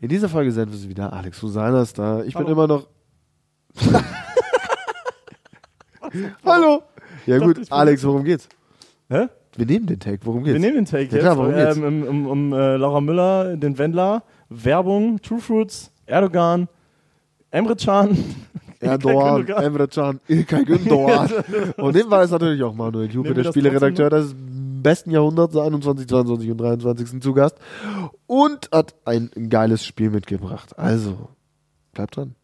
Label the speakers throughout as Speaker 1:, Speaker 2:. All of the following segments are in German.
Speaker 1: In dieser Folge sind wir wieder. Alex Susanna ist da. Ich bin
Speaker 2: Hallo.
Speaker 1: immer noch. Hallo! Ja,
Speaker 2: dachte,
Speaker 1: gut,
Speaker 2: ich bin
Speaker 1: Alex, worum geht's?
Speaker 2: Hä?
Speaker 1: Wir nehmen den Tag, worum geht's?
Speaker 2: Wir nehmen den Take
Speaker 1: Ja, klar, warum
Speaker 2: jetzt.
Speaker 1: geht's?
Speaker 2: Ähm, um um, um äh, Laura Müller, den Wendler, Werbung, True Fruits, Erdogan, Emre Can.
Speaker 1: Erdoğan,
Speaker 2: Gündogan.
Speaker 1: Emre Can, İlkay Gündoğan. Und dem war es natürlich auch Manuel Jupe, der
Speaker 2: Nehmen wir das
Speaker 1: Spieleredakteur des besten Jahrhunderts, 21, 22 und 23. zu Gast. Und hat ein geiles Spiel mitgebracht. Also, bleibt dran.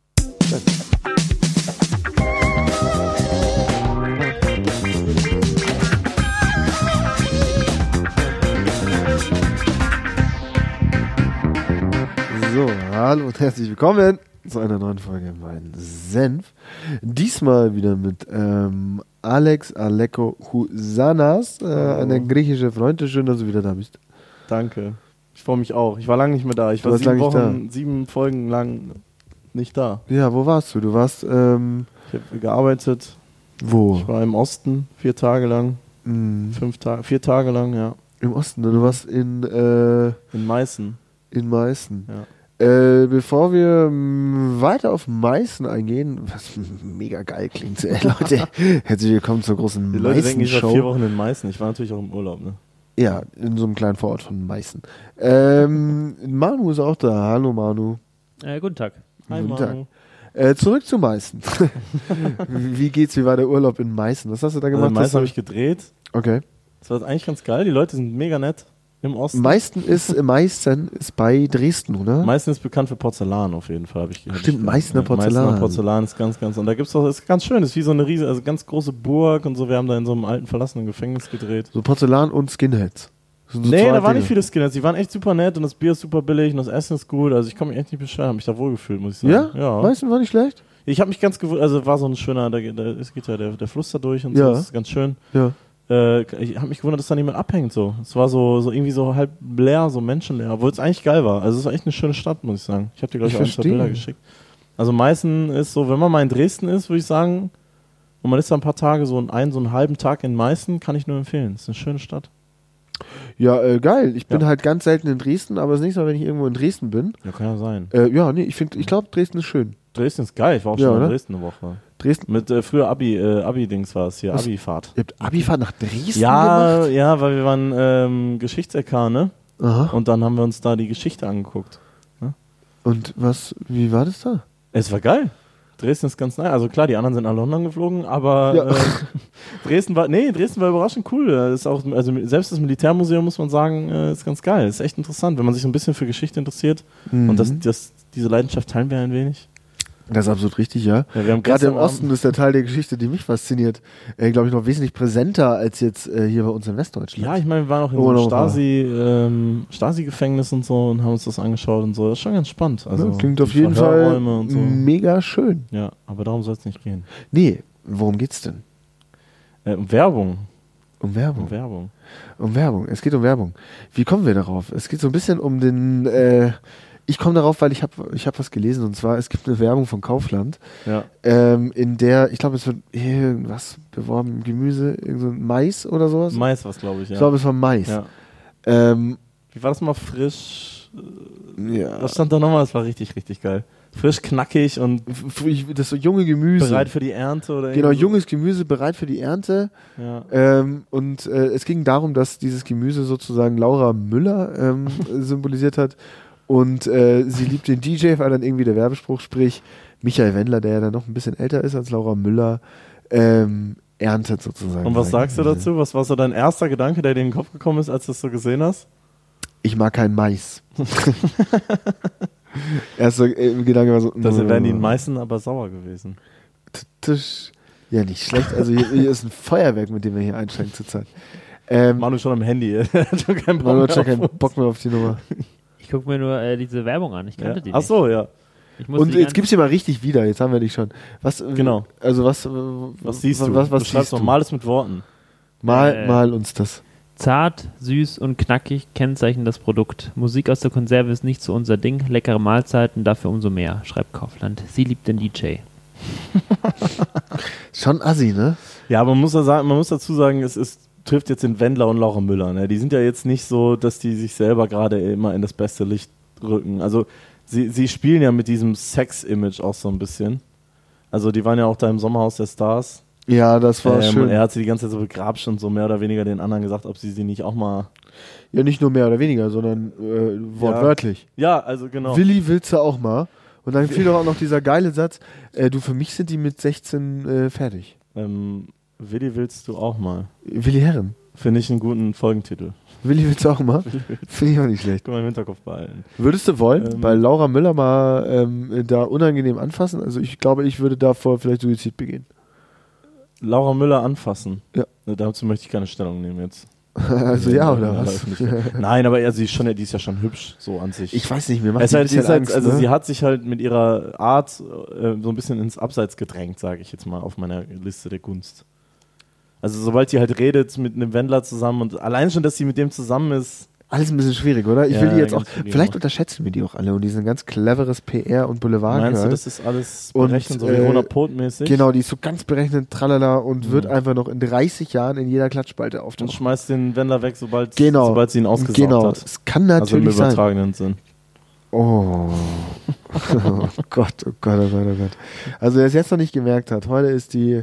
Speaker 1: So, hallo und herzlich willkommen zu einer neuen Folge Mein Senf. Diesmal wieder mit ähm, Alex Aleko Husanas, äh,
Speaker 2: Hallo.
Speaker 1: einer griechischen Freundin. Schön, dass du wieder da bist.
Speaker 2: Danke. Ich freue mich auch. Ich war lange nicht mehr da. Ich
Speaker 1: Du
Speaker 2: war
Speaker 1: warst
Speaker 2: sieben
Speaker 1: lange nicht
Speaker 2: Wochen, sieben Folgen lang nicht da.
Speaker 1: Ja, wo warst du? Du warst ähm,
Speaker 2: Ich habe gearbeitet.
Speaker 1: wo?
Speaker 2: Ich war im Osten vier Tage lang,
Speaker 1: Hm,
Speaker 2: fünf Tage, vier Tage lang, ja.
Speaker 1: Im Osten. ne? Du warst in äh,
Speaker 2: In Meißen.
Speaker 1: in Meißen.
Speaker 2: Ja.
Speaker 1: Äh, bevor wir mh, weiter auf Meißen eingehen, was mega geil klingt, ey, Leute, herzlich willkommen zur großen
Speaker 2: Die Leute denken, ich war vier
Speaker 1: Meißen-Show.
Speaker 2: Wochen in Meißen. Ich war natürlich auch im Urlaub, ne?
Speaker 1: Ja, in so einem kleinen Vorort von Meißen. Ähm, Manu ist auch da. Hallo Manu.
Speaker 3: Äh, guten Tag.
Speaker 2: Hi,
Speaker 1: Guten
Speaker 2: Manu.
Speaker 1: Äh, zurück zu Meißen. Wie geht's? Wie war der Urlaub in Meißen? Was hast du da
Speaker 2: Also
Speaker 1: gemacht?
Speaker 2: in
Speaker 1: Hast
Speaker 2: Meißen
Speaker 1: du-
Speaker 2: habe ich gedreht.
Speaker 1: okay.
Speaker 2: Das war eigentlich ganz geil. Die Leute sind mega nett im Osten.
Speaker 1: Meißen ist äh, Meißen ist bei Dresden, oder?
Speaker 2: Meißen ist bekannt für Porzellan auf jeden Fall, habe ich gehört.
Speaker 1: Hm? Stimmt,
Speaker 2: Ich-
Speaker 1: Meißner
Speaker 2: ja,
Speaker 1: Porzellan.
Speaker 2: Meißner Porzellan ist ganz, ganz. Und da gibt's doch, ist ganz schön, ist wie so eine riese, also ganz große Burg und so. Wir haben da in so einem alten verlassenen Gefängnis gedreht.
Speaker 1: so Porzellan und Skinheads. Das sind so
Speaker 2: Nee,
Speaker 1: zwei
Speaker 2: da waren
Speaker 1: Dinge.
Speaker 2: nicht viele Skinheads. Die waren echt super nett und das Bier ist super billig und das Essen ist gut. Also ich komme mich echt nicht beschweren, habe mich da wohlgefühlt, muss ich
Speaker 1: Ja?
Speaker 2: sagen. Ja.
Speaker 1: Meißen war nicht schlecht?
Speaker 2: Ich habe mich ganz gewundert, also war so ein schöner, da, da es geht ja der, der Fluss da durch und
Speaker 1: Ja.
Speaker 2: so, das ist ganz schön.
Speaker 1: Ja.
Speaker 2: Äh, ich habe mich gewundert, dass da niemand abhängt so. Es war so, so irgendwie so halb leer, so menschenleer, obwohl es eigentlich geil war. Also es war echt eine schöne Stadt, muss ich sagen. Ich habe dir, glaube
Speaker 1: Ich
Speaker 2: ich, auch ein, zwei
Speaker 1: verstehe.
Speaker 2: Bilder geschickt. Also Meißen ist so, wenn man mal in Dresden ist, würde ich sagen, und man ist da ein paar Tage, so einen, einen, so einen halben Tag in Meißen, kann ich nur empfehlen. Es ist eine schöne Stadt.
Speaker 1: Ja, äh, geil. Ich bin
Speaker 2: Ja.
Speaker 1: halt ganz selten in Dresden, aber das nächste Mal, wenn ich irgendwo in Dresden bin,
Speaker 2: Ja, kann ja sein.
Speaker 1: äh, ja, nee, ich finde, ich glaube, Dresden ist schön.
Speaker 2: Dresden ist geil, ich war auch
Speaker 1: Ja,
Speaker 2: schon
Speaker 1: oder?
Speaker 2: in Dresden eine Woche.
Speaker 1: Dresden.
Speaker 2: Mit äh, früher Abi, äh, Abi-Dings war es hier,
Speaker 1: Was?
Speaker 2: Abi-Fahrt.
Speaker 1: Ihr habt Abifahrt nach Dresden
Speaker 2: Ja,
Speaker 1: gemacht?
Speaker 2: ja, weil wir waren ähm, Geschichts-LK, ne?
Speaker 1: Aha.
Speaker 2: Und dann haben wir uns da die Geschichte angeguckt.
Speaker 1: Und was, wie war das da?
Speaker 2: Es war geil. Dresden ist ganz nice. Also klar, die anderen sind nach London geflogen, aber
Speaker 1: Ja.
Speaker 2: äh, Dresden war, nee, Dresden war überraschend cool. Das Ist auch, also selbst das Militärmuseum muss man sagen, äh, ist ganz geil. Ist echt interessant, wenn man sich so ein bisschen für Geschichte interessiert.
Speaker 1: Mhm.
Speaker 2: Und das, das, diese Leidenschaft teilen wir ein wenig.
Speaker 1: das ist absolut richtig, ja.
Speaker 2: Ja, wir haben
Speaker 1: Gerade
Speaker 2: gestern
Speaker 1: im Osten ist der Teil der Geschichte, die mich fasziniert, äh, glaube ich, noch wesentlich präsenter als jetzt äh, hier bei uns in Westdeutschland.
Speaker 2: Ja, ich meine, wir waren auch in so
Speaker 1: Oh,
Speaker 2: einem
Speaker 1: noch mal.
Speaker 2: Stasi, ähm, Stasi-Gefängnis und so und haben uns das angeschaut und so. Das ist schon ganz spannend. Also,
Speaker 1: Ja, klingt
Speaker 2: die
Speaker 1: auf jeden Fall mhm.
Speaker 2: Verhörräume Und so.
Speaker 1: mega schön.
Speaker 2: Ja, aber darum soll es nicht gehen.
Speaker 1: Nee, worum geht's denn?
Speaker 2: Äh, um Werbung.
Speaker 1: Um
Speaker 2: Um
Speaker 1: Werbung.
Speaker 2: Werbung.
Speaker 1: Um Werbung. Es geht um Werbung. Wie kommen wir darauf? Es geht so ein bisschen um den. Äh, ich komme darauf, weil ich habe ich hab was gelesen und zwar, es gibt eine Werbung von Kaufland,
Speaker 2: Ja.
Speaker 1: ähm, in der, ich glaube, es wird irgendwas beworben, Gemüse, irgend so ein Mais oder sowas.
Speaker 2: Mais was, glaube ich, ja.
Speaker 1: Ich glaube, es war Mais.
Speaker 2: ja.
Speaker 1: Ähm,
Speaker 2: Wie war das mal frisch?
Speaker 1: ja.
Speaker 2: Was stand da nochmal? Das war richtig, richtig geil. Frisch, knackig und
Speaker 1: F- ich- Das so junge Gemüse.
Speaker 2: bereit für die Ernte oder
Speaker 1: Genau,
Speaker 2: irgendwie so.
Speaker 1: junges Gemüse bereit für die Ernte.
Speaker 2: Ja.
Speaker 1: Ähm, und äh, es ging darum, dass dieses Gemüse sozusagen Laura Müller ähm, symbolisiert hat. Und äh, sie liebt den DJ, war dann irgendwie der Werbespruch, sprich Michael Wendler, der ja dann noch ein bisschen älter ist als Laura Müller, ähm, erntet sozusagen.
Speaker 2: Und was
Speaker 1: sein
Speaker 2: sagst du
Speaker 1: Gemüse.
Speaker 2: dazu? Was war so dein erster Gedanke, der dir in den Kopf gekommen ist, als du das so gesehen hast?
Speaker 1: Ich mag keinen Mais. Erster äh, Gedanke war so.
Speaker 2: Das wären die meisten aber sauer gewesen.
Speaker 1: Tisch. Ja, nicht schlecht. Also hier, hier ist ein Feuerwerk, mit dem wir hier einsteigen zurzeit. Ähm,
Speaker 2: Manu schon am Handy. er hat schon keinen Bock
Speaker 1: Man
Speaker 2: mehr
Speaker 1: hat schon keinen
Speaker 2: auf uns.
Speaker 1: Bock mehr auf die Nummer.
Speaker 3: Ich gucke mir nur äh, diese Werbung an. Ich kannte
Speaker 2: Ja.
Speaker 3: die nicht.
Speaker 2: Ach so, ja.
Speaker 3: Ich musste
Speaker 1: Und
Speaker 3: die
Speaker 1: jetzt
Speaker 3: ganze-
Speaker 1: gibst du mal richtig wieder, jetzt haben wir dich schon. Was, äh,
Speaker 2: Genau.
Speaker 1: Also was, äh,
Speaker 2: Was siehst du?
Speaker 1: Was, was
Speaker 2: Beschreib's
Speaker 1: siehst du?
Speaker 2: doch mal alles mit Worten.
Speaker 1: Mal,
Speaker 3: Äh.
Speaker 1: mal uns das.
Speaker 3: Zart, süß und knackig kennzeichnen das Produkt. Musik aus der Konserve ist nicht so unser Ding. Leckere Mahlzeiten, dafür umso mehr, schreibt Kaufland. Sie liebt den DJ.
Speaker 1: Schon assi, ne?
Speaker 2: Ja, aber man muss, da sagen, man muss dazu sagen, es ist, trifft jetzt den Wendler und Laura Müller. Ne? Die sind ja jetzt nicht so, dass die sich selber gerade immer in das beste Licht rücken. Also sie, sie spielen ja mit diesem Sex-Image auch so ein bisschen. Also die waren ja auch da im Sommerhaus der Stars.
Speaker 1: Ja, das war
Speaker 2: Ähm,
Speaker 1: schön.
Speaker 2: Und er hat sie die ganze Zeit so begrapscht und so mehr oder weniger den anderen gesagt, ob sie sie nicht auch mal.
Speaker 1: Ja, nicht nur mehr oder weniger, sondern äh, wortwörtlich.
Speaker 2: Ja, also genau.
Speaker 1: Willi willst du auch mal. Und dann fiel doch auch noch dieser geile Satz, äh, du, für mich sind die mit 16 äh, fertig.
Speaker 2: Ähm, Willi willst du auch mal?
Speaker 1: Willi Herren.
Speaker 2: Finde ich einen guten Folgentitel.
Speaker 1: Willi willst du auch mal? Finde ich auch nicht schlecht.
Speaker 2: Können wir im Hinterkopf behalten.
Speaker 1: Würdest du wollen,
Speaker 2: Ähm.
Speaker 1: bei Laura Müller mal ähm, da unangenehm anfassen? Also ich glaube, ich würde davor vielleicht Suizid begehen.
Speaker 2: Laura Müller anfassen.
Speaker 1: Ja.
Speaker 2: Ne, Dazu möchte ich keine Stellung nehmen jetzt.
Speaker 1: also ja, oder
Speaker 2: Nein,
Speaker 1: was?
Speaker 2: läuft nicht. Nein, aber also sie, ist schon, die ist ja schon hübsch so an sich.
Speaker 1: Ich weiß nicht, mir macht
Speaker 2: Es ist
Speaker 1: die ein
Speaker 2: halt, sie,
Speaker 1: bisschen
Speaker 2: ist halt,
Speaker 1: Angst,
Speaker 2: also
Speaker 1: ne?
Speaker 2: sie hat sich halt mit ihrer Art äh, so ein bisschen ins Abseits gedrängt, sage ich jetzt mal, auf meiner Liste der Gunst. Also sobald sie halt redet mit einem Wendler zusammen und allein schon, dass sie mit dem zusammen ist,
Speaker 1: Alles ein bisschen schwierig, oder? Ich
Speaker 2: Ja,
Speaker 1: will die jetzt
Speaker 2: ganz
Speaker 1: auch,
Speaker 2: schwierig
Speaker 1: vielleicht
Speaker 2: auch.
Speaker 1: unterschätzen wir die auch alle und die sind ein ganz cleveres PR- und boulevard
Speaker 2: meinst du,
Speaker 1: Girl.
Speaker 2: das ist alles
Speaker 1: halt. Und,
Speaker 2: berechnet, so
Speaker 1: äh,
Speaker 2: wie Rona Poth mäßig?
Speaker 1: Genau, die ist so ganz berechnet, tralala, und wird
Speaker 2: Mhm.
Speaker 1: einfach noch in 30 Jahren in jeder Klatschspalte
Speaker 2: Und
Speaker 1: auftauchen.
Speaker 2: schmeißt den Wendler weg, sobald,
Speaker 1: Genau.
Speaker 2: sobald sie ihn ausgesaugt
Speaker 1: Genau,
Speaker 2: hat.
Speaker 1: es kann
Speaker 2: Also im
Speaker 1: natürlich sein.
Speaker 2: übertragenen Sinn.
Speaker 1: Oh. oh Gott, oh Gott, oh Gott, oh Gott. Also, wer es jetzt noch nicht gemerkt hat, heute ist die,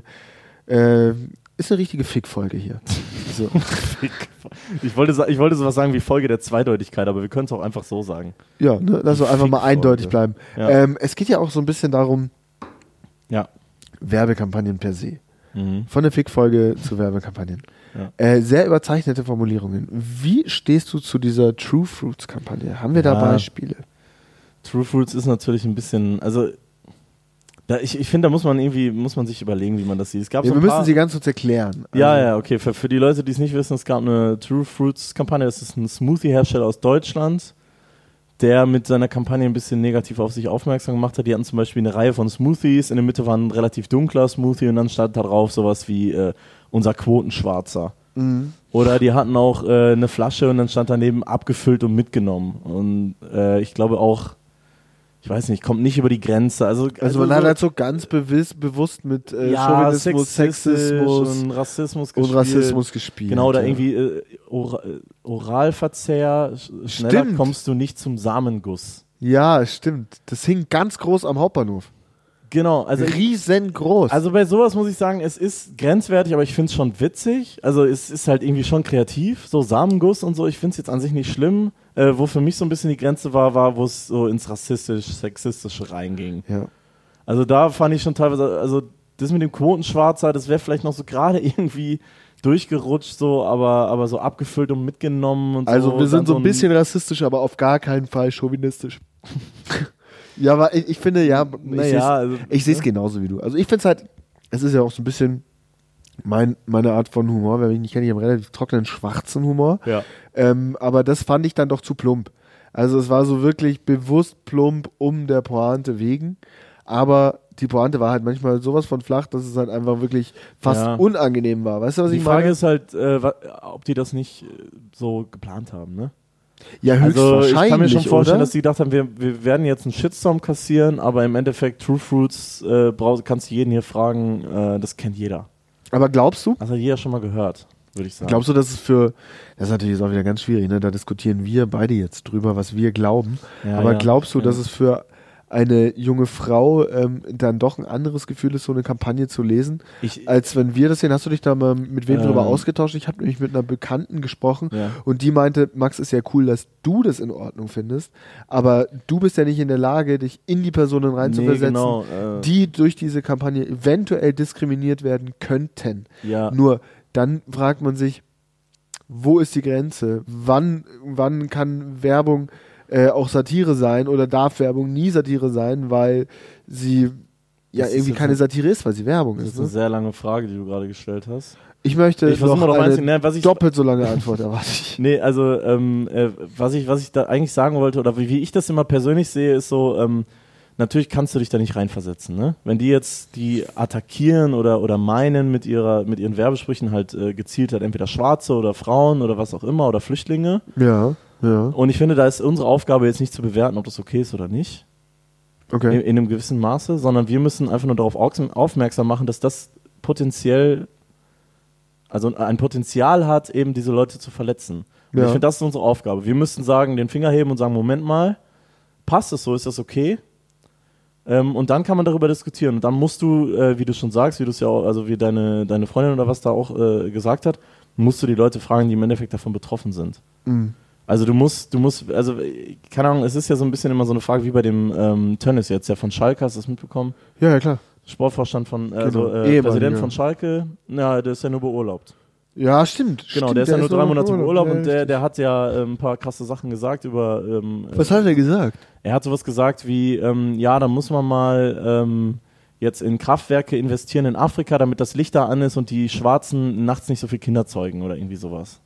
Speaker 1: äh, ist eine richtige Fick-Folge hier. So.
Speaker 2: Ich wollte, sa- ich wollte sowas sagen wie Folge der Zweideutigkeit, aber wir können es auch einfach so sagen.
Speaker 1: Ja, ne, lass uns einfach mal
Speaker 2: Fick-Folge.
Speaker 1: eindeutig bleiben.
Speaker 2: Ja.
Speaker 1: Ähm, es geht ja auch so ein bisschen darum,
Speaker 2: Ja.
Speaker 1: Werbekampagnen per se.
Speaker 2: Mhm.
Speaker 1: Von der Fick-Folge zu Werbekampagnen.
Speaker 2: Ja.
Speaker 1: Äh, sehr überzeichnete Formulierungen. Wie stehst du zu dieser True Fruits-Kampagne? Haben wir da
Speaker 2: Ja.
Speaker 1: Beispiele?
Speaker 2: True Fruits ist natürlich ein bisschen, also da, ich, ich finde, da muss man irgendwie, muss man sich überlegen, wie man das sieht. Es gab
Speaker 1: Ja,
Speaker 2: so
Speaker 1: wir
Speaker 2: ein
Speaker 1: müssen
Speaker 2: paar,
Speaker 1: sie ganz kurz erklären.
Speaker 2: ja,
Speaker 1: Also,
Speaker 2: ja, okay. Für, für die Leute, die es nicht wissen, es gab eine True Fruits Kampagne. Das ist ein Smoothie-Hersteller aus Deutschland, der mit seiner Kampagne ein bisschen negativ auf sich aufmerksam gemacht hat. Die hatten zum Beispiel eine Reihe von Smoothies. In der Mitte war ein relativ dunkler Smoothie und dann stand da drauf sowas wie äh, unser Quotenschwarzer.
Speaker 1: Mhm.
Speaker 2: Oder die hatten auch äh, eine Flasche und dann stand daneben abgefüllt und mitgenommen. Und äh, ich glaube auch, ich weiß nicht, kommt nicht über die Grenze. Also,
Speaker 1: Also, man
Speaker 2: so-
Speaker 1: hat halt so ganz bewusst, bewusst mit äh,
Speaker 2: ja,
Speaker 1: Chauvinismus, Sexismus
Speaker 2: und Rassismus
Speaker 1: und,
Speaker 2: gespielt.
Speaker 1: Rassismus gespielt.
Speaker 2: Genau, oder
Speaker 1: ja.
Speaker 2: irgendwie äh, Or äh, Oralverzehr, sch- schneller
Speaker 1: Stimmt.
Speaker 2: kommst du nicht zum Samenguss.
Speaker 1: Ja, stimmt. Das hing ganz groß am Hauptbahnhof.
Speaker 2: Genau, also ich,
Speaker 1: Riesengroß.
Speaker 2: Also bei sowas muss ich sagen, es ist grenzwertig, aber ich finde es schon witzig. Also es ist halt irgendwie schon kreativ, so Samenguss und so. Ich finde es jetzt an sich nicht schlimm. Äh, wo für mich so ein bisschen die Grenze war, war, wo es so ins rassistisch-sexistische reinging.
Speaker 1: ja.
Speaker 2: Also da fand ich schon teilweise, also das mit dem Quotenschwarzer, das wäre vielleicht noch so gerade irgendwie durchgerutscht, so, aber, aber so abgefüllt und mitgenommen und so.
Speaker 1: also wir
Speaker 2: Dann
Speaker 1: sind so ein bisschen rassistisch, aber auf gar keinen Fall chauvinistisch. ja, aber ich, ich finde, ja, ich
Speaker 2: Naja, also,
Speaker 1: Ich sehe es genauso wie du. Also ich finde es halt, es ist ja auch so ein bisschen mein, meine Art von Humor. Wer mich nicht kennt, ich habe einen relativ trockenen, schwarzen Humor.
Speaker 2: Ja.
Speaker 1: Ähm, aber das fand ich dann doch zu plump. Also es war so wirklich bewusst plump um der Pointe wegen. Aber die Pointe war halt manchmal sowas von flach, dass es halt einfach wirklich fast
Speaker 2: Ja.
Speaker 1: unangenehm war. Weißt du, was
Speaker 2: Die
Speaker 1: ich
Speaker 2: Frage
Speaker 1: meine?
Speaker 2: ist halt, äh, wa- ob die das nicht äh, so geplant haben, ne?
Speaker 1: ja,
Speaker 2: Also
Speaker 1: höchstwahrscheinlich,
Speaker 2: ich kann mir schon vorstellen,
Speaker 1: oder?
Speaker 2: dass die gedacht haben, wir, wir werden jetzt einen Shitstorm kassieren, aber im Endeffekt True Fruits äh, brauch, kannst du jeden hier fragen, äh, das kennt jeder.
Speaker 1: aber glaubst du?
Speaker 2: Das hat jeder schon mal gehört, würde ich sagen.
Speaker 1: Glaubst du, dass es für, das ist natürlich jetzt auch wieder ganz schwierig, ne? da diskutieren wir beide jetzt drüber, was wir glauben.
Speaker 2: Ja,
Speaker 1: Aber
Speaker 2: ja.
Speaker 1: glaubst du,
Speaker 2: Ja.
Speaker 1: dass es für eine junge Frau ähm, dann doch ein anderes Gefühl ist, so eine Kampagne zu lesen,
Speaker 2: ich,
Speaker 1: als wenn wir das sehen? Hast du dich da mal mit wem drüber
Speaker 2: Ähm.
Speaker 1: ausgetauscht? Ich habe nämlich mit einer Bekannten gesprochen
Speaker 2: Ja.
Speaker 1: und die meinte, Max, ist ja cool, dass du das in Ordnung findest, aber du bist ja nicht in der Lage, dich in die Personen reinzuversetzen,
Speaker 2: genau, äh,
Speaker 1: die durch diese Kampagne eventuell diskriminiert werden könnten.
Speaker 2: ja.
Speaker 1: Nur dann fragt man sich, wo ist die Grenze? Wann, wann kann Werbung äh, auch Satire sein oder darf Werbung nie Satire sein, weil sie ja
Speaker 2: Das ist
Speaker 1: irgendwie
Speaker 2: jetzt
Speaker 1: keine
Speaker 2: ein-
Speaker 1: Satire ist, weil sie Werbung
Speaker 2: das
Speaker 1: ist. Äh,
Speaker 2: ist eine
Speaker 1: Ne?
Speaker 2: sehr lange Frage, die du gerade gestellt hast.
Speaker 1: Ich möchte
Speaker 2: Ich versuche
Speaker 1: noch
Speaker 2: mal drauf
Speaker 1: eine
Speaker 2: einzugehen. Nein, was ich,
Speaker 1: doppelt so lange Antwort erwarte ich.
Speaker 2: Nee, also ähm, äh, was ich, was ich da eigentlich sagen wollte oder wie, wie ich das immer persönlich sehe, ist so, ähm, natürlich kannst du dich da nicht reinversetzen, ne? Wenn die jetzt die attackieren oder, oder meinen mit ihrer, mit ihren Werbesprüchen halt äh, gezielt halt entweder Schwarze oder Frauen oder was auch immer oder Flüchtlinge.
Speaker 1: Ja, ja,
Speaker 2: Und ich finde, da ist unsere Aufgabe jetzt nicht zu bewerten, ob das okay ist oder nicht in,
Speaker 1: okay.
Speaker 2: in einem gewissen Maße, sondern wir müssen einfach nur darauf aufmerksam- aufmerksam machen, dass das potenziell, also ein Potenzial hat, eben diese Leute zu verletzen. Und
Speaker 1: Ja.
Speaker 2: ich finde, das ist unsere Aufgabe. Wir müssen sagen, den Finger heben und sagen, Moment mal, passt es so, ist das okay? Ähm, und dann kann man darüber diskutieren. Und dann musst du, äh, wie du schon sagst, wie du es ja auch, also wie deine, deine Freundin oder was da auch äh, gesagt hat, musst du die Leute fragen, die im Endeffekt davon betroffen sind.
Speaker 1: Mhm.
Speaker 2: Also du musst, du musst, also äh, keine Ahnung, es ist ja so ein bisschen immer so eine Frage wie bei dem ähm, Tönnis jetzt, der von Schalke, hast du das mitbekommen?
Speaker 1: Ja, ja, klar.
Speaker 2: Sportvorstand von, äh, also
Speaker 1: Genau,
Speaker 2: äh,
Speaker 1: ehemaliger.
Speaker 2: Präsident von Schalke, ja, der ist ja nur beurlaubt.
Speaker 1: Ja, stimmt.
Speaker 2: Genau,
Speaker 1: stimmt,
Speaker 2: der ist ja nur drei
Speaker 1: noch
Speaker 2: Monate im Urlaub und
Speaker 1: Ja,
Speaker 2: der, der hat ja ähm, ein paar krasse Sachen gesagt über. Ähm,
Speaker 1: Was hat er gesagt?
Speaker 2: er hat sowas gesagt wie, ähm, ja, da muss man mal ähm, jetzt in Kraftwerke investieren in Afrika, damit das Licht da an ist und die Schwarzen nachts nicht so viel Kinder zeugen oder irgendwie sowas.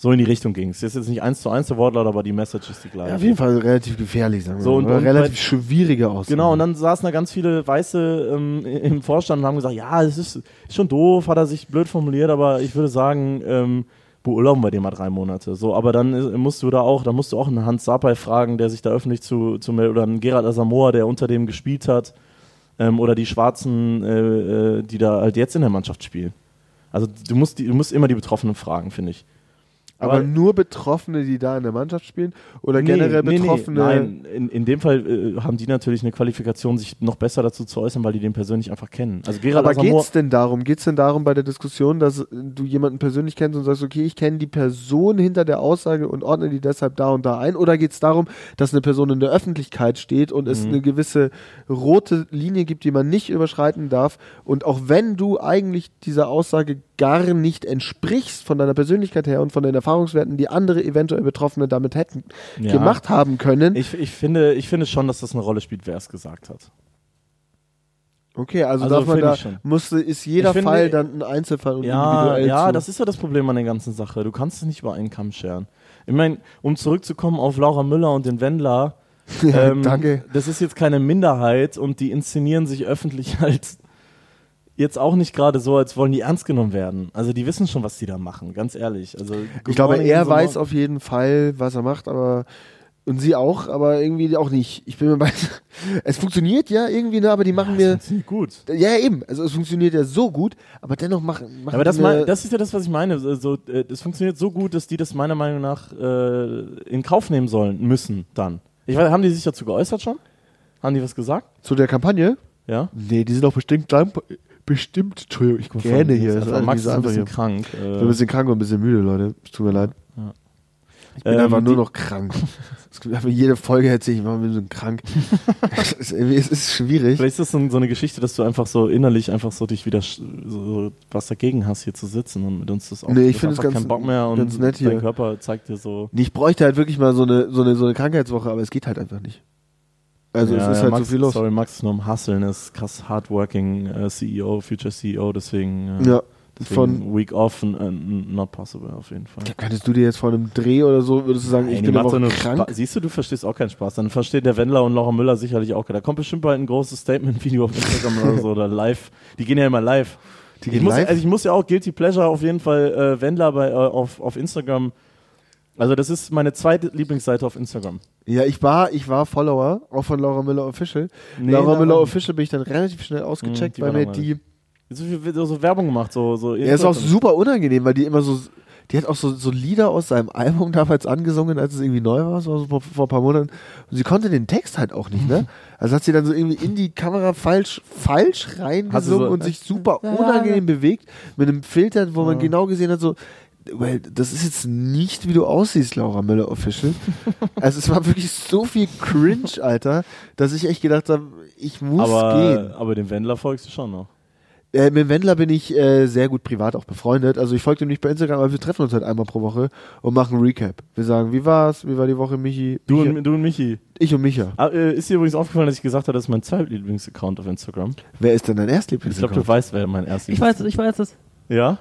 Speaker 2: So in die Richtung ging es. Das ist jetzt nicht eins zu eins der Wortlaut, aber die Message ist die gleiche.
Speaker 1: Ja, auf jeden Fall relativ gefährlich, sagen wir
Speaker 2: So,
Speaker 1: mal.
Speaker 2: und-
Speaker 1: Oder
Speaker 2: und
Speaker 1: relativ
Speaker 2: bei-
Speaker 1: schwierige Aussage.
Speaker 2: Genau, und dann saßen da ganz viele Weiße ähm, im Vorstand und haben gesagt, ja, es ist, ist schon doof, hat er sich blöd formuliert, aber ich würde sagen, ähm, beurlauben wir den mal drei Monate. So, aber dann ist, musst du da auch, dann musst du auch einen Hans Sapai fragen, der sich da öffentlich zu, zu meldet, oder einen Gerard Asamoah, der unter dem gespielt hat, ähm, oder die Schwarzen, äh, äh, die da halt jetzt in der Mannschaft spielen. Also du musst, die, du musst immer die Betroffenen fragen, finde ich.
Speaker 1: aber, nur Betroffene, die da in der Mannschaft spielen? Oder
Speaker 2: Nee,
Speaker 1: generell
Speaker 2: nee, nee,
Speaker 1: Betroffene?
Speaker 2: Nein, in, in dem Fall äh, haben die natürlich eine Qualifikation, sich noch besser dazu zu äußern, weil die den persönlich einfach kennen. Also Gerald
Speaker 1: Aber
Speaker 2: Asamoah,
Speaker 1: geht's denn darum? Geht's denn darum bei der Diskussion, dass du jemanden persönlich kennst und sagst, okay, ich kenne die Person hinter der Aussage und ordne die deshalb da und da ein? Oder geht's darum, dass eine Person in der Öffentlichkeit steht und
Speaker 2: Mhm.
Speaker 1: es eine gewisse rote Linie gibt, die man nicht überschreiten darf? Und auch wenn du eigentlich dieser Aussage gar nicht entsprichst von deiner Persönlichkeit her und von den Erfahrungswerten, die andere eventuell Betroffene damit hätten
Speaker 2: Ja.
Speaker 1: gemacht haben können.
Speaker 2: ich, ich, finde, ich finde schon, dass das eine Rolle spielt, wer es gesagt hat.
Speaker 1: okay, also,
Speaker 2: Also
Speaker 1: darf man
Speaker 2: finde
Speaker 1: da
Speaker 2: ich schon.
Speaker 1: musste ist jeder
Speaker 2: Ich finde-
Speaker 1: Fall dann ein Einzelfall und
Speaker 2: Ja,
Speaker 1: individuell
Speaker 2: ja
Speaker 1: zu.
Speaker 2: das ist ja das Problem an der ganzen Sache. Du kannst es nicht über einen Kamm scheren. Ich meine, um zurückzukommen auf Laura Müller und den Wendler, ähm,
Speaker 1: danke.
Speaker 2: das ist jetzt keine Minderheit und die inszenieren sich öffentlich halt jetzt auch nicht gerade so, als wollen die ernst genommen werden. Also die wissen schon, was die da machen, ganz ehrlich. Also
Speaker 1: Ich glaube, er weiß
Speaker 2: auch.
Speaker 1: auf jeden Fall, was er macht, aber und sie auch, aber irgendwie auch nicht. Ich bin mir bei, es funktioniert ja irgendwie, ne, aber die machen mir
Speaker 2: sind gut.
Speaker 1: ja eben, also es funktioniert ja so gut, aber dennoch machen, machen
Speaker 2: Aber das,
Speaker 1: die
Speaker 2: mein,
Speaker 1: mir-
Speaker 2: das ist ja das, was ich meine. Also, äh, es funktioniert so gut, dass die das meiner Meinung nach äh, in Kauf nehmen sollen, müssen dann. Ich weiß, haben die sich dazu geäußert schon? Haben die was gesagt?
Speaker 1: zu der Kampagne?
Speaker 2: Ja.
Speaker 1: Nee, die sind doch bestimmt damp- bestimmt, Entschuldigung, ich komme gerne hier, das ist
Speaker 2: Also, Max
Speaker 1: Max
Speaker 2: ist ein
Speaker 1: einfach
Speaker 2: bisschen
Speaker 1: hier.
Speaker 2: krank. Äh,
Speaker 1: Ich bin ein bisschen krank und ein bisschen müde, Leute. Es tut mir leid. Ich bin
Speaker 2: Ähm,
Speaker 1: einfach nur
Speaker 2: die-
Speaker 1: noch krank. Es gibt einfach jede Folge erzähle ich, warum bin so krank. es, ist, irgendwie- es ist schwierig.
Speaker 2: vielleicht ist das so, so eine Geschichte, dass du einfach so innerlich einfach so dich wieder sch- so was dagegen hast, hier zu sitzen und mit uns das auch.
Speaker 1: Nee, ich
Speaker 2: du hast
Speaker 1: finde es
Speaker 2: einfach
Speaker 1: ganz-
Speaker 2: keinen Bock mehr und
Speaker 1: ganz nett hier.
Speaker 2: dein Körper zeigt dir so.
Speaker 1: Nee, Ich bräuchte halt wirklich mal so eine, so eine, so eine Krankheitswoche, aber es geht halt einfach nicht. Also
Speaker 2: Ja,
Speaker 1: es ist
Speaker 2: ja,
Speaker 1: halt
Speaker 2: Max,
Speaker 1: so viel los.
Speaker 2: Sorry, Max ist nur am Hustlen, er ist krass hardworking äh, CEO, Future CEO, deswegen. äh,
Speaker 1: Ja.
Speaker 2: Deswegen
Speaker 1: Von,
Speaker 2: Week off n- n- not possible auf jeden Fall.
Speaker 1: ja, könntest du dir jetzt vor einem Dreh oder so, würdest du sagen,
Speaker 2: Ey,
Speaker 1: ich
Speaker 2: die
Speaker 1: bin
Speaker 2: macht
Speaker 1: aber
Speaker 2: doch nur
Speaker 1: auch krank?
Speaker 2: Spa- Siehst du, du verstehst auch keinen Spaß. Dann versteht der Wendler und Laura Müller sicherlich auch. Da kommt bestimmt bald ein großes Statement-Video auf Instagram oder so oder live. Die gehen ja immer live.
Speaker 1: Die
Speaker 2: ich,
Speaker 1: gehen
Speaker 2: muss,
Speaker 1: live?
Speaker 2: Also ich muss ja auch Guilty Pleasure auf jeden Fall äh, Wendler bei, äh, auf, auf Instagram. Also das ist meine zweite Lieblingsseite auf Instagram.
Speaker 1: Ja, ich war, ich war Follower, auch von Laura Müller Official.
Speaker 2: Nee,
Speaker 1: Laura
Speaker 2: da
Speaker 1: Müller
Speaker 2: war-
Speaker 1: Official bin ich dann relativ schnell ausgecheckt,
Speaker 2: die
Speaker 1: weil
Speaker 2: war
Speaker 1: mir
Speaker 2: langweilig.
Speaker 1: die.
Speaker 2: So viel wird so Werbung gemacht. So, so
Speaker 1: Ja, ist auch super unangenehm, weil die immer so. Die hat auch so, so Lieder aus seinem Album damals angesungen, als es irgendwie neu war, so vor, vor ein paar Monaten. Und sie konnte den Text halt auch nicht, ne? Also hat sie dann so irgendwie in die Kamera falsch, falsch
Speaker 2: Hat sie so-
Speaker 1: reingesungen und sich super unangenehm bewegt mit einem Filter, wo man genau gesehen hat, so, well, das ist jetzt nicht, wie du aussiehst, Laura Müller Official. also es war wirklich so viel Cringe, Alter, dass ich echt gedacht habe, ich muss gehen.
Speaker 2: aber, aber dem Wendler folgst du schon noch.
Speaker 1: Äh, mit Wendler bin ich äh, sehr gut privat auch befreundet. Also ich folge ihm nicht bei Instagram, aber wir treffen uns halt einmal pro Woche und machen Recap. Wir sagen, wie war's, wie war die Woche, Michi?
Speaker 2: Du
Speaker 1: Micha,
Speaker 2: und, du und Michi.
Speaker 1: ich und Micha.
Speaker 2: Ah, äh, ist dir übrigens aufgefallen, dass ich gesagt habe, das ist mein zweitlieblings-Account auf Instagram?
Speaker 1: Wer ist denn dein Genau. Erstlieblings?
Speaker 2: Ich glaube, du weißt, wer mein erster
Speaker 3: Ich weiß, ich weiß es.
Speaker 2: Ja?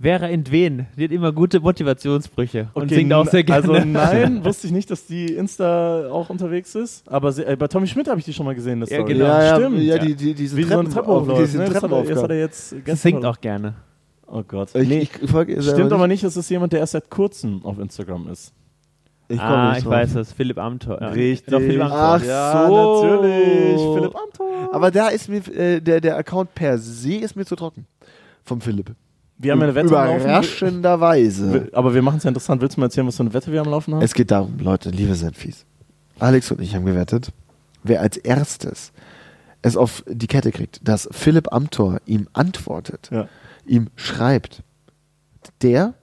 Speaker 3: Vera Entwen, die hat immer gute Motivationssprüche und singt auch sehr gerne.
Speaker 2: Also nein, wusste ich nicht, dass die Insta auch unterwegs ist. Aber sie, äh, bei Tommy Schmidt habe ich die schon mal gesehen. Das
Speaker 3: Ja,
Speaker 2: Story.
Speaker 3: genau.
Speaker 1: ja, ja,
Speaker 2: stimmt.
Speaker 1: ja, die, die, diese
Speaker 2: Wie so eine
Speaker 1: Treppen,
Speaker 2: Treppe
Speaker 1: auf,
Speaker 2: aufläuft.
Speaker 1: diese
Speaker 2: Ne? Das, hat er, das hat
Speaker 1: Treppenaufgaben.
Speaker 2: er jetzt
Speaker 3: sie
Speaker 2: gestern-
Speaker 3: singt auch gerne.
Speaker 2: Oh Gott.
Speaker 1: Ich,
Speaker 2: nee,
Speaker 1: ich, ich folge ihr selber
Speaker 2: stimmt aber
Speaker 1: nicht.
Speaker 2: nicht, es ist jemand, der erst seit kurzem auf Instagram ist.
Speaker 1: Ich komm
Speaker 3: ah,
Speaker 1: nicht
Speaker 3: ich
Speaker 1: drauf.
Speaker 3: weiß das. Philipp Amthor. Ja,
Speaker 2: Richtig.
Speaker 3: Doch, Philipp Amthor.
Speaker 1: Ach
Speaker 2: ja,
Speaker 1: so.
Speaker 2: natürlich. Philipp Amthor.
Speaker 1: Aber da ist mir äh, der, der Account per se ist mir zu trocken. Vom Philipp.
Speaker 2: Wir haben ja eine Wette am laufen.
Speaker 1: Überraschenderweise.
Speaker 2: Aber wir machen es ja interessant. Willst du mal erzählen, was für eine Wette wir am Laufen haben?
Speaker 1: Es geht darum, Leute, Liebe sind fies. Alex und ich haben gewettet, wer als erstes es auf die Kette kriegt, dass Philipp Amthor ihm antwortet,
Speaker 2: Ja.
Speaker 1: ihm schreibt, der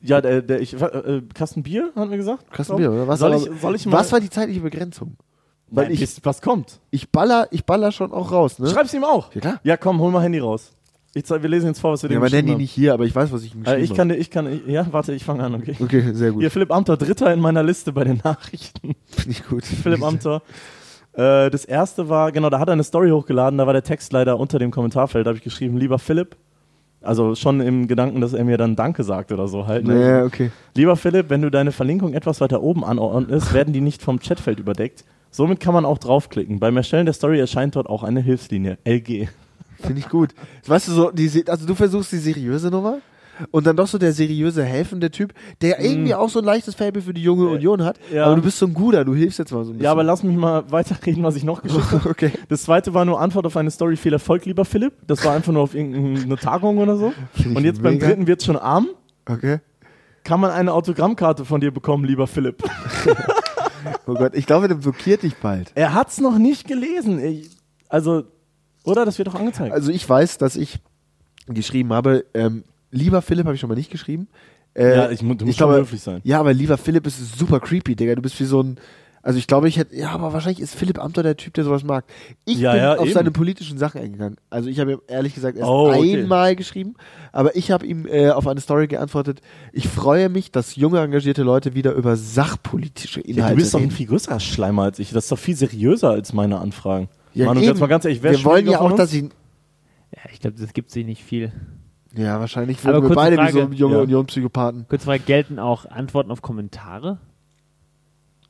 Speaker 2: Ja, der, der ich, äh, Kasten Bier, hatten wir gesagt?
Speaker 1: Kasten Bier, oder was?
Speaker 2: Soll ich,
Speaker 1: Aber
Speaker 2: soll ich mal,
Speaker 1: was war die zeitliche Begrenzung?
Speaker 2: Nein,
Speaker 1: weil ich-
Speaker 2: bis was kommt?
Speaker 1: Ich baller, ich baller schon auch raus, ne?
Speaker 2: Schreib's ihm auch.
Speaker 1: Ja, klar.
Speaker 2: Ja, komm, hol mal Handy raus. Ich zeig, wir lesen jetzt vor, was wir
Speaker 1: Ja,
Speaker 2: dem
Speaker 1: aber
Speaker 2: geschrieben
Speaker 1: Nanny
Speaker 2: haben.
Speaker 1: nicht hier, aber ich weiß, was ich ihm
Speaker 2: Äh,
Speaker 1: geschrieben
Speaker 2: ich kann, dir- ich kann, ich, ja, warte, ich fange an, okay.
Speaker 1: habe. Okay, sehr gut.
Speaker 2: Hier, Philipp Amthor, Dritter in meiner Liste bei den Nachrichten.
Speaker 1: Finde ich gut.
Speaker 2: Philipp Amthor. Äh, das erste war, genau, da hat er eine Story hochgeladen, da war der Text leider unter dem Kommentarfeld, da habe ich geschrieben, lieber Philipp. Also schon im Gedanken, dass er mir dann Danke sagt oder so halt. ne?
Speaker 1: Naja, okay.
Speaker 2: Lieber Philipp, wenn du deine Verlinkung etwas weiter oben anordnest, werden die nicht vom Chatfeld überdeckt. Somit kann man auch draufklicken. Beim Erstellen der Story erscheint dort auch eine Hilfslinie, LG.
Speaker 1: Finde ich gut. Weißt du, so, die, se- also du versuchst die seriöse Nummer und dann doch so der seriöse, helfende Typ, der irgendwie auch so ein leichtes Faible für die junge Union hat.
Speaker 2: Mhm. Äh, ja.
Speaker 1: Aber du bist so ein Guter, du hilfst jetzt mal so ein bisschen.
Speaker 2: Ja, aber lass mich mal weiterreden, was ich noch geschickt habe.
Speaker 1: okay.
Speaker 2: Das zweite war nur Antwort auf eine Story. Viel Erfolg, lieber Philipp. Das war einfach nur auf irgendeine Tagung oder so.
Speaker 1: Finde ich
Speaker 2: Und jetzt beim
Speaker 1: mega.
Speaker 2: dritten wird's schon arm.
Speaker 1: Okay.
Speaker 2: Kann man eine Autogrammkarte von dir bekommen, lieber Philipp?
Speaker 1: Oh Gott, ich glaube, der blockiert dich bald.
Speaker 2: Er hat's noch nicht gelesen. Ich, also, oder? Das wird doch angezeigt.
Speaker 1: Also ich weiß, dass ich geschrieben habe, ähm, lieber Philipp habe ich schon mal nicht geschrieben. Äh,
Speaker 2: Ja, ich mu- du musst schon höflich sein.
Speaker 1: Ja, aber lieber Philipp ist super creepy, Digga. Du bist wie so ein. Also ich glaube, ich hätte. Ja, aber wahrscheinlich ist Philipp Amthor der Typ, der sowas mag. Ich
Speaker 2: Ja,
Speaker 1: bin
Speaker 2: ja,
Speaker 1: auf
Speaker 2: eben.
Speaker 1: seine politischen Sachen eingegangen. Also ich habe ihm ehrlich gesagt erst
Speaker 2: Oh, okay.
Speaker 1: einmal geschrieben, aber ich habe ihm äh, auf eine Story geantwortet. Ich freue mich, dass junge engagierte Leute wieder über sachpolitische
Speaker 2: Ja,
Speaker 1: Inhalte
Speaker 2: du bist doch ein
Speaker 1: reden.
Speaker 2: viel größerer Schleimer als ich. Das ist doch viel seriöser als meine Anfragen.
Speaker 1: Ja,
Speaker 2: Manu,
Speaker 1: eben.
Speaker 2: jetzt mal ganz ehrlich, wer
Speaker 1: Wir wollen
Speaker 2: schwieriger
Speaker 1: ja
Speaker 2: von
Speaker 1: auch,
Speaker 2: uns?
Speaker 1: dass ich.
Speaker 3: Ja, ich glaube, das gibt sich nicht viel.
Speaker 1: Ja, wahrscheinlich
Speaker 3: Aber
Speaker 1: wurden wir
Speaker 3: kurze
Speaker 1: beide wie
Speaker 3: Frage.
Speaker 1: so junge
Speaker 2: Ja.
Speaker 1: Union-Psychopathen.
Speaker 3: Kurz Frage, gelten auch Antworten auf Kommentare?